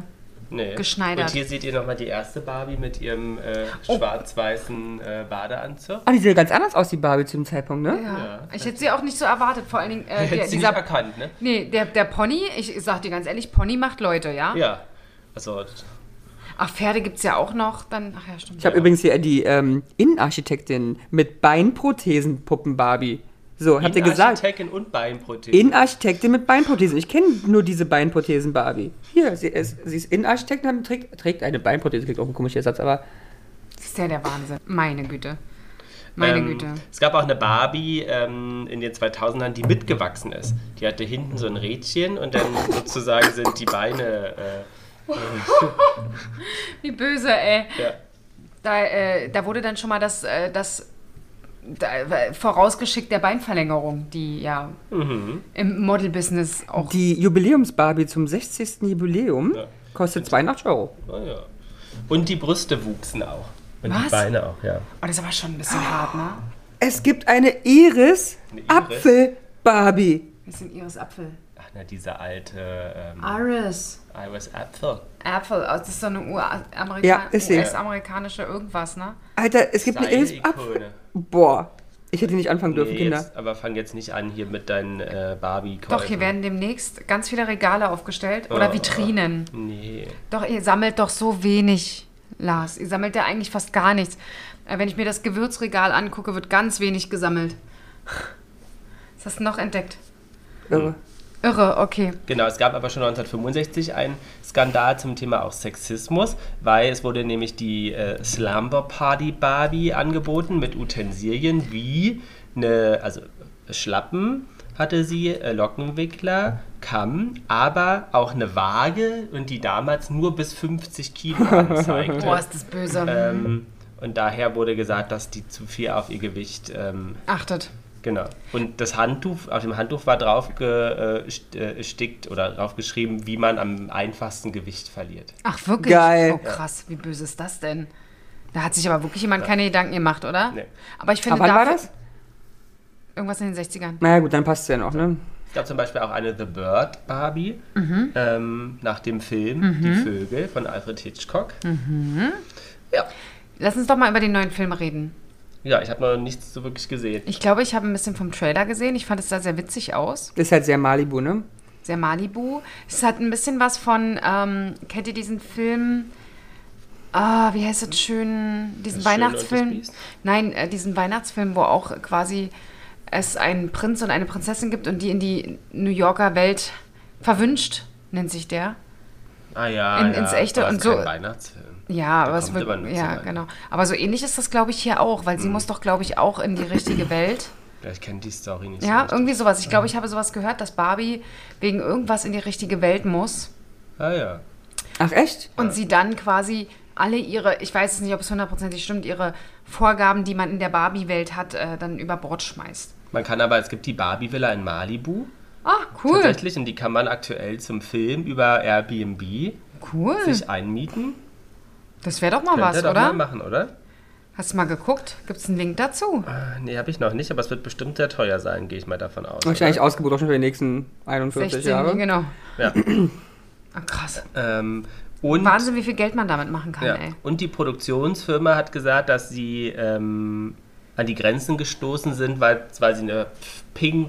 C: Nee.
A: Geschneidert.
C: Und hier seht ihr nochmal die erste Barbie mit ihrem äh,
B: Oh.
C: schwarz-weißen äh, Badeanzug.
B: Ah, die sieht ganz anders aus, die Barbie zu dem Zeitpunkt, ne?
A: ja. Ich hätte sie auch nicht so erwartet. Vor allen Dingen äh, der,
C: Hättest du nicht
A: dieser.
C: erkannt, ne?
A: Nee, der, der Pony, ich sag dir ganz ehrlich, Pony macht Leute, ja?
C: Ja. Also,
A: Ach, Pferde gibt's ja auch noch. Dann, ach ja, stimmt.
B: Ich habe übrigens hier die ähm, Innenarchitektin mit Beinprothesenpuppen Barbie. So, habt ihr gesagt?
C: Innenarchitektin und Beinprothese.
B: Innenarchitektin mit Beinprothesen. Ich kenne nur diese Beinprothesen Barbie. Hier, sie ist, sie ist Innenarchitektin und trägt, trägt eine Beinprothese. Klingt auch ein komischer Satz, aber
A: Das ist ja der Wahnsinn. Meine Güte. Meine
C: ähm,
A: Güte.
C: Es gab auch eine Barbie ähm, in den 2000ern, die mitgewachsen ist. Die hatte hinten so ein Rädchen und dann sozusagen sind die Beine.
A: Wie böse, ey.
C: Äh, ja.
A: Da, äh, da wurde dann schon mal das, äh, das da, äh, vorausgeschickt der Beinverlängerung, die ja im Model-Business auch.
B: die Jubiläums-Barbie zum 60. Jubiläum
C: Ja.
B: kostet 82 Euro.
C: Oh, ja. Und die Brüste wuchsen auch. Und die
A: Was?
C: Beine auch, ja.
A: Oh, das ist aber schon ein bisschen hart, ne?
B: Es gibt eine Iris,
C: Iris?
B: Apfel Barbie.
A: Das sind ihres Apfel.
C: Ach, na, diese alte ähm,
A: Iris.
C: Iris Apfel.
A: Apple, oh, das ist so eine US-amerikanische
B: Ja, ist sie.
A: US-amerikanische irgendwas, ne?
B: Alter, es gibt eine Iris Apfel.
C: Seile-Ikone.
B: Boah, ich hätte nicht anfangen dürfen,
C: Nee,
B: Kinder.
C: jetzt, aber fang jetzt nicht an hier mit deinen äh, barbie -Käufen.
A: Doch, hier werden demnächst ganz viele Regale aufgestellt oder
C: Oh.
A: Vitrinen.
C: Nee.
A: Doch, ihr sammelt doch so wenig, Lars. Ihr sammelt ja eigentlich fast gar nichts. Äh, Wenn ich mir das Gewürzregal angucke, wird ganz wenig gesammelt. Was hast du noch entdeckt?
B: Irre.
A: Irre, okay.
C: Genau, es gab aber schon 1965 einen Skandal zum Thema auch Sexismus, weil es wurde nämlich die äh, Slumber Party Barbie angeboten mit Utensilien wie eine, also Schlappen hatte sie, äh, Lockenwickler, Kamm, aber auch eine Waage und die damals nur bis 50 Kilo anzeigte.
A: Boah, ist das böse.
C: ähm, und daher wurde gesagt, dass die zu viel auf ihr Gewicht ähm,
A: Achtet.
C: Genau. Und das Handtuch, auf dem Handtuch war drauf äh, gestickt oder drauf geschrieben, wie man am einfachsten Gewicht verliert.
A: Ach, wirklich?
B: Geil.
A: Oh, krass. Wie böse ist das denn? Da hat sich aber wirklich jemand keine Gedanken gemacht, oder?
C: Nee.
A: Aber ich finde,
B: Aber wann war
A: dafür-
B: das?
A: Irgendwas in den 60ern.
B: Na ja, gut, dann passt es ja noch, ne?
C: Es gab zum Beispiel auch eine The Bird Barbie
A: Mhm.
C: ähm, nach dem Film Die Vögel von Alfred Hitchcock.
A: Mhm.
C: Ja.
A: Lass uns doch mal über den neuen Film reden.
C: ja, ich habe noch nichts so wirklich gesehen.
A: Ich glaube, ich habe ein bisschen vom Trailer gesehen. Ich fand es da sehr witzig aus.
B: Ist halt sehr Malibu, ne?
A: sehr Malibu. Es hat ein bisschen was von, ähm, kennt ihr diesen Film? Ah, wie heißt das schön?
C: Das Schöne
A: Diesen
C: und das
A: Weihnachtsfilm?
C: Biest?
A: Nein, äh, diesen Weihnachtsfilm, wo auch quasi es einen Prinz und eine Prinzessin gibt und die in die New Yorker Welt verwünscht, nennt sich der.
C: Ah ja,
A: In-
C: ja.
A: ins Echte
C: aber
A: und
C: es ist
A: so-
C: Kein Weihnachtsfilm.
A: Ja, aber es
C: kommt
A: wird,
C: aber nichts
A: ja,
C: dabei.
A: genau. Aber so ähnlich ist das, glaube ich, hier auch, weil sie muss doch, glaube ich, auch in die richtige Welt.
C: Ja, ich kenne die Story nicht
A: Ja,
C: so. richtig.
A: irgendwie sowas. Ich glaube, ich habe sowas gehört, dass Barbie wegen irgendwas in die richtige Welt muss.
C: Ah ja.
B: Ach, echt?
A: Und sie dann quasi alle ihre, ich weiß es nicht, ob es hundertprozentig stimmt, ihre Vorgaben, die man in der Barbie-Welt hat, äh, dann über Bord schmeißt.
C: Man kann aber, es gibt die Barbie-Villa in Malibu
A: Ah, cool.
C: tatsächlich und die kann man aktuell zum Film über Airbnb
A: Cool.
C: sich einmieten.
A: Das wäre doch mal
C: Könnt
A: was,
C: ihr doch
A: oder?
C: mal machen, oder? Ah,
A: Hast du mal geguckt? Gibt es einen Link dazu?
C: Nee, habe ich noch nicht, aber es wird bestimmt sehr teuer sein, gehe ich mal davon aus.
B: Wahrscheinlich ausgebucht auch schon für die nächsten 41 Jahre.
A: genau.
C: Ja.
A: Ah, krass.
C: Ähm, und,
A: Wahnsinn, wie viel Geld man damit machen kann,
C: ja.
A: ey.
C: und die Produktionsfirma hat gesagt, dass sie ähm, an die Grenzen gestoßen sind, weil, weil sie eine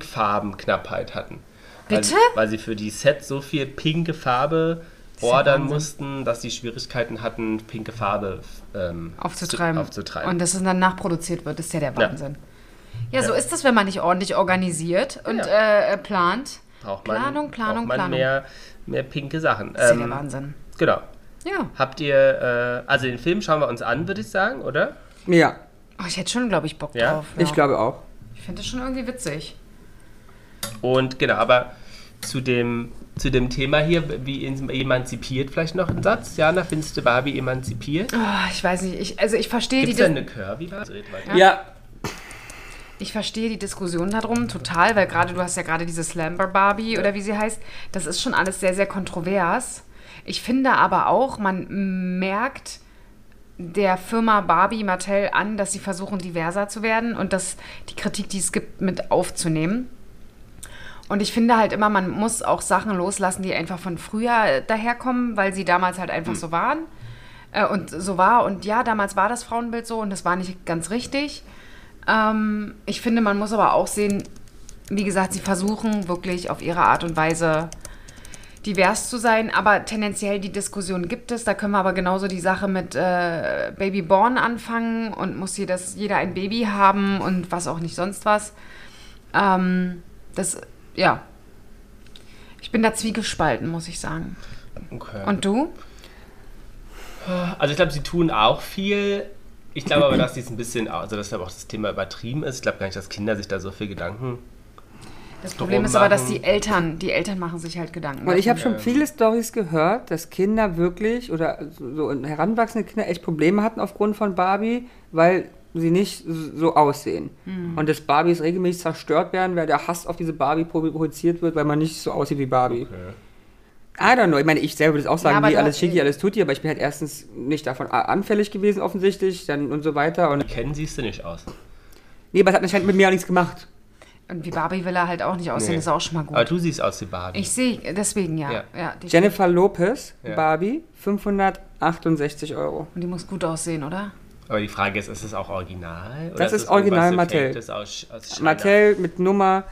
C: Pinkfarbenknappheit hatten.
A: Bitte?
C: Weil, weil sie für die Sets so viel pinke Farbe
A: ja
C: ordern
A: Wahnsinn.
C: mussten, dass sie Schwierigkeiten hatten, pinke Farbe ähm,
A: Aufzutreiben.
C: zu- aufzutreiben.
A: Und dass es dann nachproduziert wird, ist ja der Wahnsinn. Ja, so ist das, wenn man nicht ordentlich organisiert und äh, äh, plant.
C: braucht man,
A: Planung, Planung,
C: braucht man
A: Planung.
C: Mehr, mehr pinke Sachen.
A: Das ist ja
C: Ähm,
A: der Wahnsinn.
C: genau.
A: Ja.
C: Habt ihr, äh, also den Film schauen wir uns an, würde ich sagen, oder?
B: Ja,
A: Oh, ich hätte schon, glaube ich, Bock
C: Ja?
A: drauf. Ja.
B: ich glaube auch.
A: Ich finde das schon irgendwie witzig.
C: Und genau, aber zu dem, zu dem Thema hier, wie in- emanzipiert, vielleicht noch ein Satz. Jana, findest du Barbie emanzipiert?
A: Oh, ich weiß nicht. Ich, also ich verstehe die
C: Gibt es
A: Dis-
C: denn eine Curvy Barbie? Red weiter.
B: Ja.
A: Ich verstehe die Diskussion darum total, weil gerade du hast ja gerade diese Slamber Barbie oder wie sie heißt. Das ist schon alles sehr, sehr kontrovers. Ich finde aber auch, man merkt der Firma Barbie Mattel an, dass sie versuchen, diverser zu werden und dass die Kritik, die es gibt, mit aufzunehmen. Und ich finde halt immer, man muss auch Sachen loslassen, die einfach von früher äh, daherkommen, weil sie damals halt einfach so waren. Äh, und so war. Und ja, damals war das Frauenbild so und das war nicht ganz richtig. Ähm, ich finde, man muss aber auch sehen, wie gesagt, sie versuchen wirklich auf ihre Art und Weise divers zu sein, aber tendenziell die Diskussion gibt es. Da können wir aber genauso die Sache mit äh, Baby Born anfangen und muss jedes, jeder ein Baby haben und was auch nicht sonst was. Ähm, das, ja. Ich bin da zwiegespalten, muss ich sagen.
C: Okay.
A: Und du?
C: Also ich glaube, sie tun auch viel. Ich glaube aber, dass sie es ein bisschen, also dass aber auch das Thema übertrieben ist. Ich glaube gar nicht, dass Kinder sich da so viel Gedanken.
A: Das Problem ist aber, dass die Eltern, die Eltern machen sich halt Gedanken.
B: Und ich habe
A: davon.
B: schon viele Stories gehört, dass Kinder wirklich oder so und heranwachsende Kinder echt Probleme hatten aufgrund von Barbie, weil sie nicht so aussehen. Und dass Barbies regelmäßig zerstört werden, weil der Hass auf diese Barbie provoziert wird, weil man nicht so aussieht wie Barbie. I don't know. Ich meine, ich selber würde es auch sagen,
A: aber
B: wie
A: du-
B: alles schicki, alles tutti, aber ich bin halt erstens nicht davon a- anfällig gewesen, offensichtlich, dann und so weiter. Und
C: Kennen siehst du nicht aus.
B: nee, aber es hat anscheinend mit mir auch nichts gemacht.
A: Und wie Barbie will er halt auch nicht aussehen,
C: Nee. Also
A: ist auch schon mal gut.
C: Aber du siehst aus wie Barbie.
A: Ich sehe, deswegen ja. ja.
C: Ja.
A: die,
B: Jennifer Lopez,
C: Ja.
B: Barbie, 568 Euro.
A: und die muss gut aussehen, oder?
C: aber die Frage ist, ist es auch original? Oder
B: Das ist
C: es
B: original
C: irgendwas
B: Mattel.
C: Gefaktes Aus, aus China?
B: Mattel mit Nummer,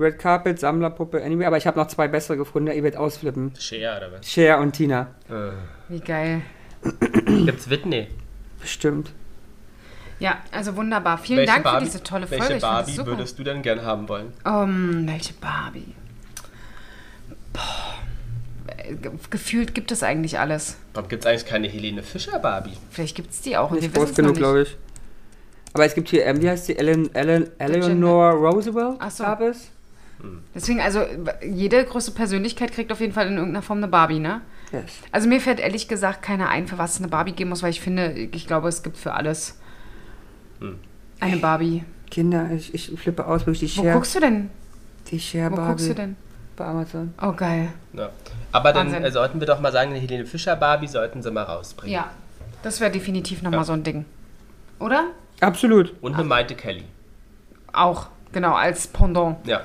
B: Red Carpet, Sammlerpuppe, anyway. Aber ich habe noch zwei bessere gefunden, ihr werdet ausflippen.
C: Shea oder was?
B: Cher und Tina.
A: Wie geil.
C: Gibt's Whitney?
B: Bestimmt.
A: Ja, also wunderbar. Vielen
C: Welche
A: Dank
C: Barbie-
A: für diese tolle Folge.
C: Welche
A: ich fand das
C: Barbie
A: super.
C: würdest du denn gern haben wollen?
A: Ähm, welche Barbie? Boah. Äh, ge- Gefühlt gibt es eigentlich alles.
C: Warum gibt es eigentlich keine Helene Fischer Barbie?
A: Vielleicht gibt es die auch. und
B: Nicht
A: wir
B: groß
A: wissen's noch
B: genug,
A: nicht.
B: glaube ich. Aber es gibt hier, ähm, wie heißt die? Ellen, Ellen, Eleanor Roosevelt?
A: ne? Ach so.
B: Gab es?
A: Deswegen, also w- jede große Persönlichkeit kriegt auf jeden Fall in irgendeiner Form eine Barbie, ne?
B: Yes.
A: Also mir fällt ehrlich gesagt keiner ein, für was es eine Barbie geben muss, weil ich finde, ich glaube, es gibt für alles
C: Hm.
A: eine Barbie.
B: Kinder, ich, ich flippe aus, wirklich die
A: Wo
B: Cher.
A: guckst du denn?
B: Die Cher
A: Wo
B: Barbie.
A: guckst du denn?
B: Bei Amazon.
A: Oh, geil.
C: Ja. Ne? Aber dann
A: Wahnsinn.
C: äh, sollten wir doch mal sagen, eine Helene Fischer Barbie sollten sie mal rausbringen.
A: Ja, das wäre definitiv nochmal mal so ein Ding. Oder?
B: Absolut.
C: Und eine Maite Kelly.
A: Auch, genau, als Pendant.
C: Ja.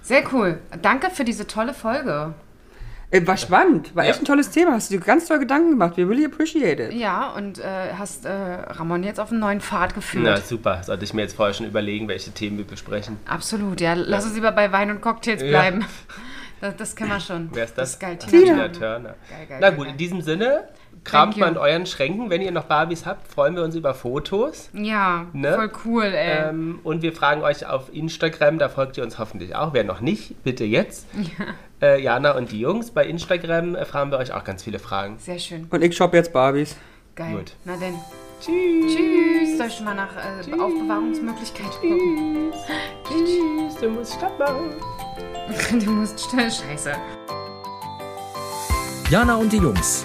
A: Sehr cool. Danke für diese tolle Folge.
B: Äh, war spannend. War
C: Ja.
B: echt ein tolles Thema. Hast du dir ganz toll Gedanken gemacht. We really appreciate it.
A: Ja, und äh, hast äh, Ramon jetzt auf einen neuen Pfad geführt.
C: Na super, sollte ich mir jetzt vorher schon überlegen, welche Themen wir besprechen.
A: Absolut, ja. Lass uns lieber bei Wein und Cocktails
C: Ja.
A: bleiben. Das, das kennen wir schon.
C: Wer ist das?
A: Das ist geil, Tina.
C: Tina
A: Turner.
C: Turner.
A: Geil, geil,
C: Na
A: geil,
C: gut, in
A: geil.
C: diesem Sinne, kramt
A: you.
C: mal in euren Schränken. Wenn ihr noch Barbies habt, freuen wir uns über Fotos.
A: Ja,
C: Ne?
A: voll cool, ey.
C: Ähm, und wir fragen euch auf Instagram, da folgt ihr uns hoffentlich auch. Wer noch nicht, bitte jetzt. Äh, Jana und die Jungs bei Instagram äh, fragen wir euch auch ganz viele Fragen.
A: Sehr schön.
B: Und ich shoppe jetzt Barbies.
A: Geil.
C: Gut.
A: Na denn.
C: Tschüss.
A: Tschüss. Soll ich schon mal nach äh, Aufbewahrungsmöglichkeit gucken?
C: Tschüss, du musst Stopp machen.
A: Du musst schnell. Scheiße.
D: Jana und die Jungs.